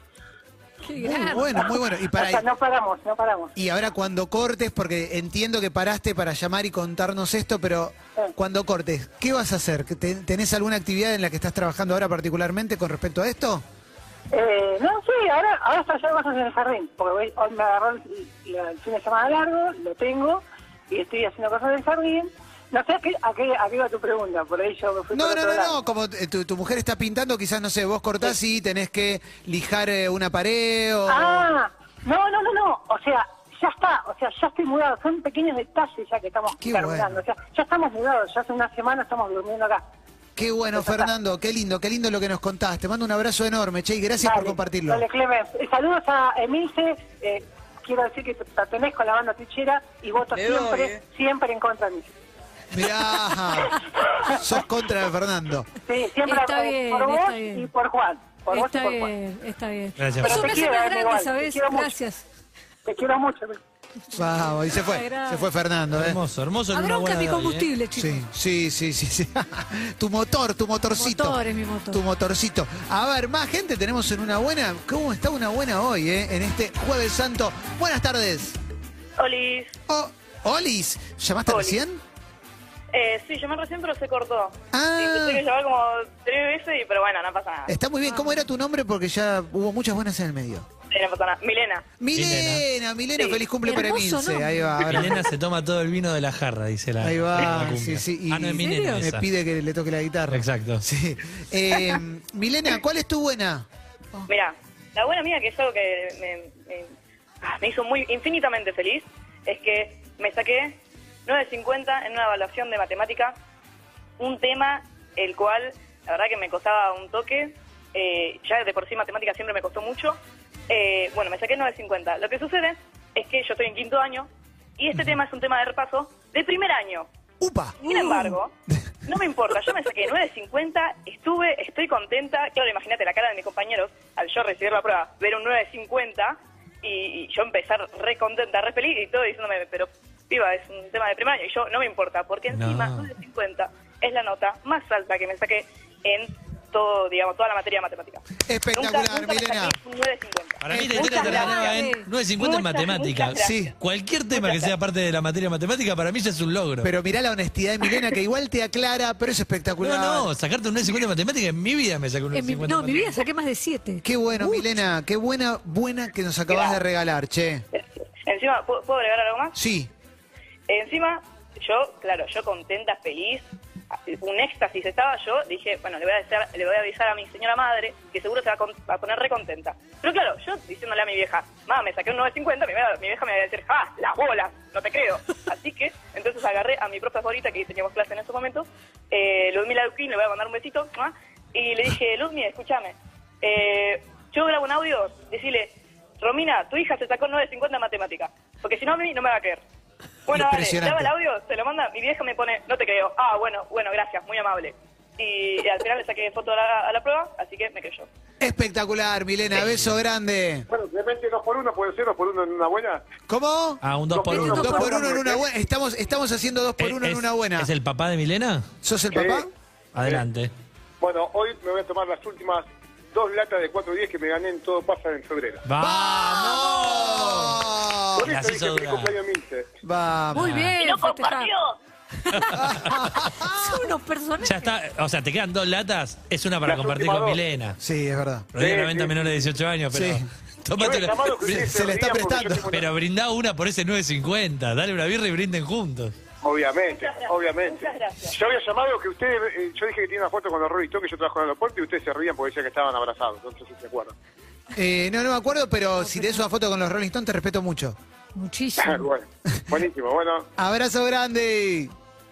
[SPEAKER 5] Muy bueno, muy bueno. Y
[SPEAKER 16] O
[SPEAKER 5] para
[SPEAKER 16] sea, no paramos, no paramos.
[SPEAKER 5] y ahora cuando cortes, porque entiendo que paraste para llamar y contarnos esto, pero
[SPEAKER 16] Ah.
[SPEAKER 5] cuando cortes, ¿qué vas a hacer? ¿Que te- ¿Tenés alguna actividad en la que estás trabajando ahora particularmente con respecto a esto?
[SPEAKER 16] Eh, no, sí, ahora, ahora hasta allá cosas en el jardín, porque hoy, hoy me agarró el, la- el fin de semana largo, lo tengo, y estoy haciendo cosas en el jardín. No sé a qué, a qué, a qué iba tu pregunta, por ahí yo me fui
[SPEAKER 5] No,
[SPEAKER 16] por
[SPEAKER 5] no,
[SPEAKER 16] otro
[SPEAKER 5] no,
[SPEAKER 16] lado.
[SPEAKER 5] no. Como eh, tu, tu mujer está pintando, quizás, no sé, vos cortás y tenés que lijar eh, una pared o...
[SPEAKER 16] Ah, no, no, no, no, o sea, ya está, o sea, ya estoy mudado, son pequeños detalles ya que estamos
[SPEAKER 5] Qué
[SPEAKER 16] terminando, o sea, ya estamos mudados, ya hace una semana estamos durmiendo acá.
[SPEAKER 5] Qué bueno,
[SPEAKER 16] Pues
[SPEAKER 5] Fernando, qué lindo, qué lindo lo que nos contaste. Te mando un abrazo enorme, che, y gracias por compartirlo.
[SPEAKER 16] Dale, Clemens. Eh, Saludos a Emilce. eh, quiero decir que te pertenezco a la banda Tichera y voto
[SPEAKER 5] Le doy,
[SPEAKER 16] siempre,
[SPEAKER 5] eh.
[SPEAKER 16] siempre en contra de mí.
[SPEAKER 5] Mirá, sos contra de Fernando.
[SPEAKER 16] Sí, siempre
[SPEAKER 7] Está
[SPEAKER 16] eh,
[SPEAKER 7] bien,
[SPEAKER 16] por vos
[SPEAKER 7] está bien.
[SPEAKER 16] y por Juan. Por vos y
[SPEAKER 7] Está
[SPEAKER 16] por Juan.
[SPEAKER 7] bien, está bien.
[SPEAKER 5] Gracias.
[SPEAKER 7] Pero
[SPEAKER 5] Pero
[SPEAKER 7] Eso
[SPEAKER 5] te
[SPEAKER 7] me hace
[SPEAKER 16] quiero,
[SPEAKER 7] más
[SPEAKER 16] Dani,
[SPEAKER 7] grande,
[SPEAKER 16] igual, te
[SPEAKER 7] ¿sabes?
[SPEAKER 16] quiero mucho.
[SPEAKER 7] Gracias.
[SPEAKER 16] Te quiero mucho.
[SPEAKER 5] Vamos, y se fue, se fue Fernando. ¿eh?
[SPEAKER 6] Hermoso, hermoso.
[SPEAKER 7] A
[SPEAKER 6] en una
[SPEAKER 7] bronca
[SPEAKER 6] buena
[SPEAKER 7] mi
[SPEAKER 6] edad, ¿eh?
[SPEAKER 7] combustible, chicos.
[SPEAKER 5] Sí, sí, sí, sí. tu motor, tu motorcito.
[SPEAKER 7] Motor es mi motor.
[SPEAKER 5] Tu motorcito. A ver, más gente tenemos en una buena. ¿Cómo está una buena hoy, eh? En este Jueves Santo. Buenas tardes.
[SPEAKER 14] Olis.
[SPEAKER 5] Oh, Olis, ¿llamaste recién?
[SPEAKER 14] Eh, sí, llamé recién, pero se cortó.
[SPEAKER 5] Ah. Eh.
[SPEAKER 14] Sí, pensé que llamaba como tres veces, y, pero bueno, no pasa nada.
[SPEAKER 5] Está muy bien. ¿Cómo era tu nombre? Porque ya hubo muchas buenas en el medio.
[SPEAKER 14] Sí, Eh, no pasa nada. Milena.
[SPEAKER 5] Milena, Milena,
[SPEAKER 14] Sí.
[SPEAKER 5] feliz cumple para
[SPEAKER 14] Hermoso
[SPEAKER 5] Emilce.
[SPEAKER 14] nombre.
[SPEAKER 5] Ahí va. ahora.
[SPEAKER 6] Milena se toma todo el vino de la jarra, dice la.
[SPEAKER 5] Ahí va,
[SPEAKER 6] la cumbia.
[SPEAKER 5] sí, sí. Y
[SPEAKER 6] ah, no, es Milena.
[SPEAKER 5] me
[SPEAKER 6] esa.
[SPEAKER 5] pide que Eh, le toque la guitarra.
[SPEAKER 6] Exacto.
[SPEAKER 5] Sí. Eh, Milena, ¿cuál es tu buena?
[SPEAKER 14] Mira, la buena mía que es algo que me, me- ah, me hizo muy infinitamente feliz es que me saqué 9.50 en una evaluación de matemática, un tema el cual la verdad que me costaba un toque, eh, ya de por sí matemática siempre me costó mucho, eh, bueno, me saqué 9.50. Lo que sucede es que yo estoy en quinto año y este tema es un tema de repaso de primer año.
[SPEAKER 5] ¡Upa!
[SPEAKER 14] Sin embargo, no me importa, yo me saqué 9.50, estuve, estoy contenta. Claro, imagínate la cara de mis compañeros al yo recibir la prueba, ver un 9.50 y, y yo empezar re contenta, re feliz y todo diciéndome, pero viva, es un tema de primer año. Y yo, no me importa, porque
[SPEAKER 6] No.
[SPEAKER 14] encima 9.50 es la nota más alta que me saqué en todo, digamos, toda la materia de matemática.
[SPEAKER 5] Espectacular,
[SPEAKER 14] nunca, nunca
[SPEAKER 5] Milena.
[SPEAKER 14] Me saqué un 9.50.
[SPEAKER 6] Para mí la
[SPEAKER 14] Muchas
[SPEAKER 6] historia terminaría en
[SPEAKER 14] gracias.
[SPEAKER 6] 950 en
[SPEAKER 14] Muchas,
[SPEAKER 6] matemática.
[SPEAKER 14] muchas gracias.
[SPEAKER 6] Sí. Cualquier tema que
[SPEAKER 14] Muchas
[SPEAKER 6] sea parte de la materia matemática, para mí ya es un logro.
[SPEAKER 5] Pero mirá la honestidad de Milena, que igual te aclara, pero es espectacular.
[SPEAKER 6] no, no, sacarte un 950 en matemática, en mi vida me saqué un
[SPEAKER 7] En mi-
[SPEAKER 6] 950
[SPEAKER 7] no, en mi vida saqué más de siete.
[SPEAKER 5] Qué bueno, Milena, qué buena, buena que nos acabas de regalar, che.
[SPEAKER 14] Encima, ¿puedo- ¿puedo agregar algo más?
[SPEAKER 5] Sí,
[SPEAKER 14] Encima, yo, claro, yo contenta, feliz, un éxtasis estaba yo, dije, bueno, le voy a avisar, le voy a, avisar a mi señora madre, que seguro se va a, con- va a poner recontenta. Pero claro, yo diciéndole a mi vieja, mamá, me saqué un 950, mi, vieja- mi vieja me va a decir, ah, las bolas, no te creo. Así que, entonces agarré a mi profe favorita, que teníamos clase en esos momentos, eh, Ludmila Duquín, le voy a mandar un besito, ¡mua! y le dije, Ludmi, escúchame, eh, yo grabo un audio, decirle, Romina, tu hija se sacó 9.50 en matemática, porque si no a mí no me va a creer. Bueno, dale,
[SPEAKER 5] Impresionante.
[SPEAKER 14] graba el audio, se lo manda, mi vieja me pone, no te creo, ah, bueno, bueno, gracias, muy amable. Y, al final le saqué foto a la, a la prueba, así que me creyó.
[SPEAKER 5] Espectacular, Milena, beso grande.
[SPEAKER 13] Bueno, de repente dos por uno puede ser dos por uno en una buena.
[SPEAKER 5] ¿Cómo?
[SPEAKER 6] Ah, un 2 por 1.
[SPEAKER 5] Dos por uno en una buena. Estamos, estamos haciendo dos por uno en una buena.
[SPEAKER 6] Eh, ¿Es el papá de Milena?
[SPEAKER 5] ¿Sos el papá?
[SPEAKER 6] Adelante.
[SPEAKER 13] Bueno, hoy me voy a tomar las últimas dos latas de 4.10 que me gané en todo pasa en febrero.
[SPEAKER 6] ¡Vamos!
[SPEAKER 13] Por
[SPEAKER 6] Las
[SPEAKER 13] eso dije
[SPEAKER 6] hizo
[SPEAKER 13] feliz
[SPEAKER 6] durar.
[SPEAKER 13] cumpleaños, Milce.
[SPEAKER 5] Vamos.
[SPEAKER 17] Muy bien.
[SPEAKER 14] Y no
[SPEAKER 17] festejar.
[SPEAKER 14] compartió.
[SPEAKER 17] Son unos personajes.
[SPEAKER 6] Ya está, o sea, te quedan dos latas, es una para
[SPEAKER 13] Las
[SPEAKER 6] compartir
[SPEAKER 13] últimas
[SPEAKER 6] con
[SPEAKER 13] dos.
[SPEAKER 6] Milena.
[SPEAKER 5] Sí, es verdad. Eh,
[SPEAKER 6] Lo digo a la venta
[SPEAKER 13] sí,
[SPEAKER 6] menores de 18 años, pero.
[SPEAKER 5] Sí.
[SPEAKER 6] Tómatelo.
[SPEAKER 13] Yo me llamaba que ustedes
[SPEAKER 5] Se le está
[SPEAKER 13] rían porque yo
[SPEAKER 5] prestando.
[SPEAKER 13] tengo una-
[SPEAKER 6] Pero brindá una por ese 9.50. Dale una birra y brinden juntos.
[SPEAKER 13] Obviamente,
[SPEAKER 14] Muchas gracias,
[SPEAKER 13] obviamente.
[SPEAKER 14] muchas gracias.
[SPEAKER 13] Yo había llamado que ustedes, eh, yo dije que tenía una foto con los Rolling Stones, que yo trabajo en el aeropuerto, y ustedes se rían porque decían que estaban abrazados, no sé si se acuerdan.
[SPEAKER 5] Eh, no, no me acuerdo, pero si te des una foto con los Rolling Stones, te respeto mucho.
[SPEAKER 17] Muchísimo.
[SPEAKER 13] bueno, buenísimo, bueno.
[SPEAKER 5] Abrazo grande.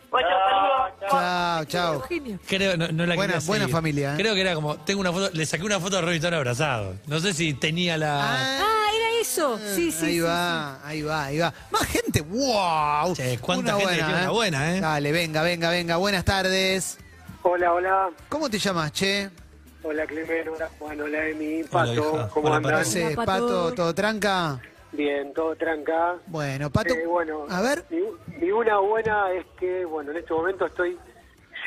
[SPEAKER 14] Bueno, saludos.
[SPEAKER 5] Chao, chao.
[SPEAKER 17] Genio.
[SPEAKER 6] Creo, no, no la
[SPEAKER 5] Buena-
[SPEAKER 6] quería seguir.
[SPEAKER 5] buena familia, ¿eh?
[SPEAKER 6] Creo que era como, tengo una foto, le saqué una foto a Rolling Stone abrazado. No sé si tenía la.
[SPEAKER 17] Ah, era eso. Sí, sí.
[SPEAKER 5] ahí
[SPEAKER 17] sí,
[SPEAKER 5] va, ahí va, ahí va. Más gente, wow.
[SPEAKER 6] Che, cuánta gente que tiene una buena, ¿eh?
[SPEAKER 5] Dale, venga, venga, venga. Buenas tardes.
[SPEAKER 18] Hola, hola.
[SPEAKER 5] ¿Cómo te llamas, che?
[SPEAKER 18] Hola, Clemen. Hola, Juan. Hola, Emi.
[SPEAKER 6] Hola, hija.
[SPEAKER 18] Pato. ¿Cómo
[SPEAKER 6] Hola,
[SPEAKER 18] andan?
[SPEAKER 6] Pato.
[SPEAKER 5] ¿Qué haces,
[SPEAKER 17] Hola,
[SPEAKER 5] Pato?
[SPEAKER 17] Pato.
[SPEAKER 5] ¿Todo tranca?
[SPEAKER 18] Bien, todo tranca.
[SPEAKER 5] Bueno, Pato.
[SPEAKER 18] Eh, bueno,
[SPEAKER 5] a ver.
[SPEAKER 18] Mi, mi una buena es que, bueno, en este momento estoy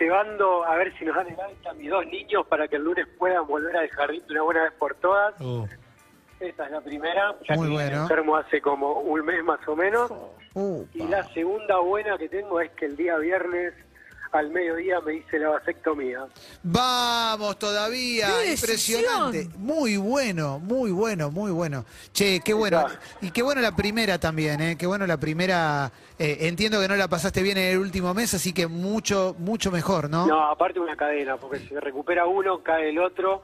[SPEAKER 18] llevando, a ver si nos dan el alta mis dos niños para que el lunes puedan volver al jardín de una buena vez por todas.
[SPEAKER 6] Uh,
[SPEAKER 18] Esa es la primera. Ya
[SPEAKER 5] Muy
[SPEAKER 18] que
[SPEAKER 5] bueno.
[SPEAKER 18] enfermo hace como un mes más o menos.
[SPEAKER 2] Oh,
[SPEAKER 5] Uh,
[SPEAKER 18] Y la segunda buena que tengo es que el día viernes al mediodía me hice la vasectomía.
[SPEAKER 5] Vamos todavía,
[SPEAKER 17] ¡Qué decisión!
[SPEAKER 5] impresionante. Muy bueno, muy bueno, muy bueno. Che, qué bueno. Y qué bueno la primera también, ¿eh? Qué bueno la primera. Eh, entiendo que no la pasaste bien en el último mes, así que mucho, mucho mejor, ¿no?
[SPEAKER 18] No, aparte una cadena, porque se recupera uno, cae el otro,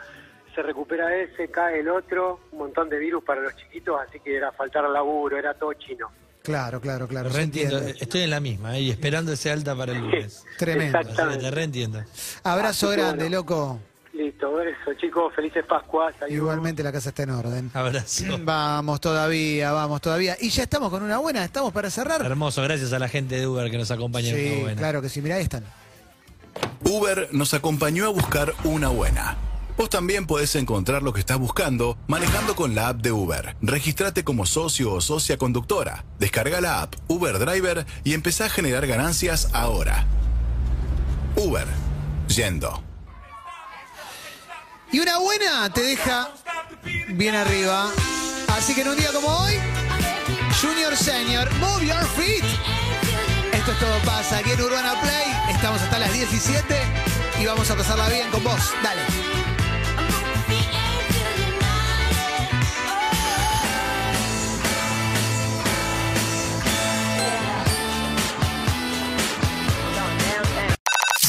[SPEAKER 18] se recupera ese, cae el otro, un montón de virus para los chiquitos, así que era faltar al laburo, era todo chino.
[SPEAKER 5] Claro, claro, claro. se
[SPEAKER 6] reentiendo.
[SPEAKER 5] entiende.
[SPEAKER 6] Estoy en la misma, eh, y esperando ese alta para el lunes.
[SPEAKER 5] Tremendo.
[SPEAKER 6] Así que te reentiendo.
[SPEAKER 5] Abrazo
[SPEAKER 18] Así que
[SPEAKER 5] grande,
[SPEAKER 18] bueno.
[SPEAKER 5] loco.
[SPEAKER 18] Listo, eso chicos, felices Pascuas. saludos.
[SPEAKER 5] Igualmente la casa está en orden.
[SPEAKER 6] Abrazo.
[SPEAKER 5] Vamos todavía, vamos todavía. Y ya estamos con una buena, estamos para cerrar.
[SPEAKER 6] Hermoso, gracias a la gente de Uber que nos acompaña en Todo
[SPEAKER 5] Sí,
[SPEAKER 6] Buena.
[SPEAKER 5] claro que sí, mirá, ahí están.
[SPEAKER 4] Uber nos acompañó a buscar una buena. Vos también podés encontrar lo que estás buscando manejando con la app de Uber. Regístrate como socio o socia conductora. Descarga la app Uber Driver y empezá a generar ganancias ahora. Uber. Yendo.
[SPEAKER 5] Y una buena te deja bien arriba. Así que en un día como hoy, Junior Senior, move your feet. Esto es todo pasa aquí en Urbana Play. Estamos hasta las 17 y vamos a pasarla bien con vos. Dale.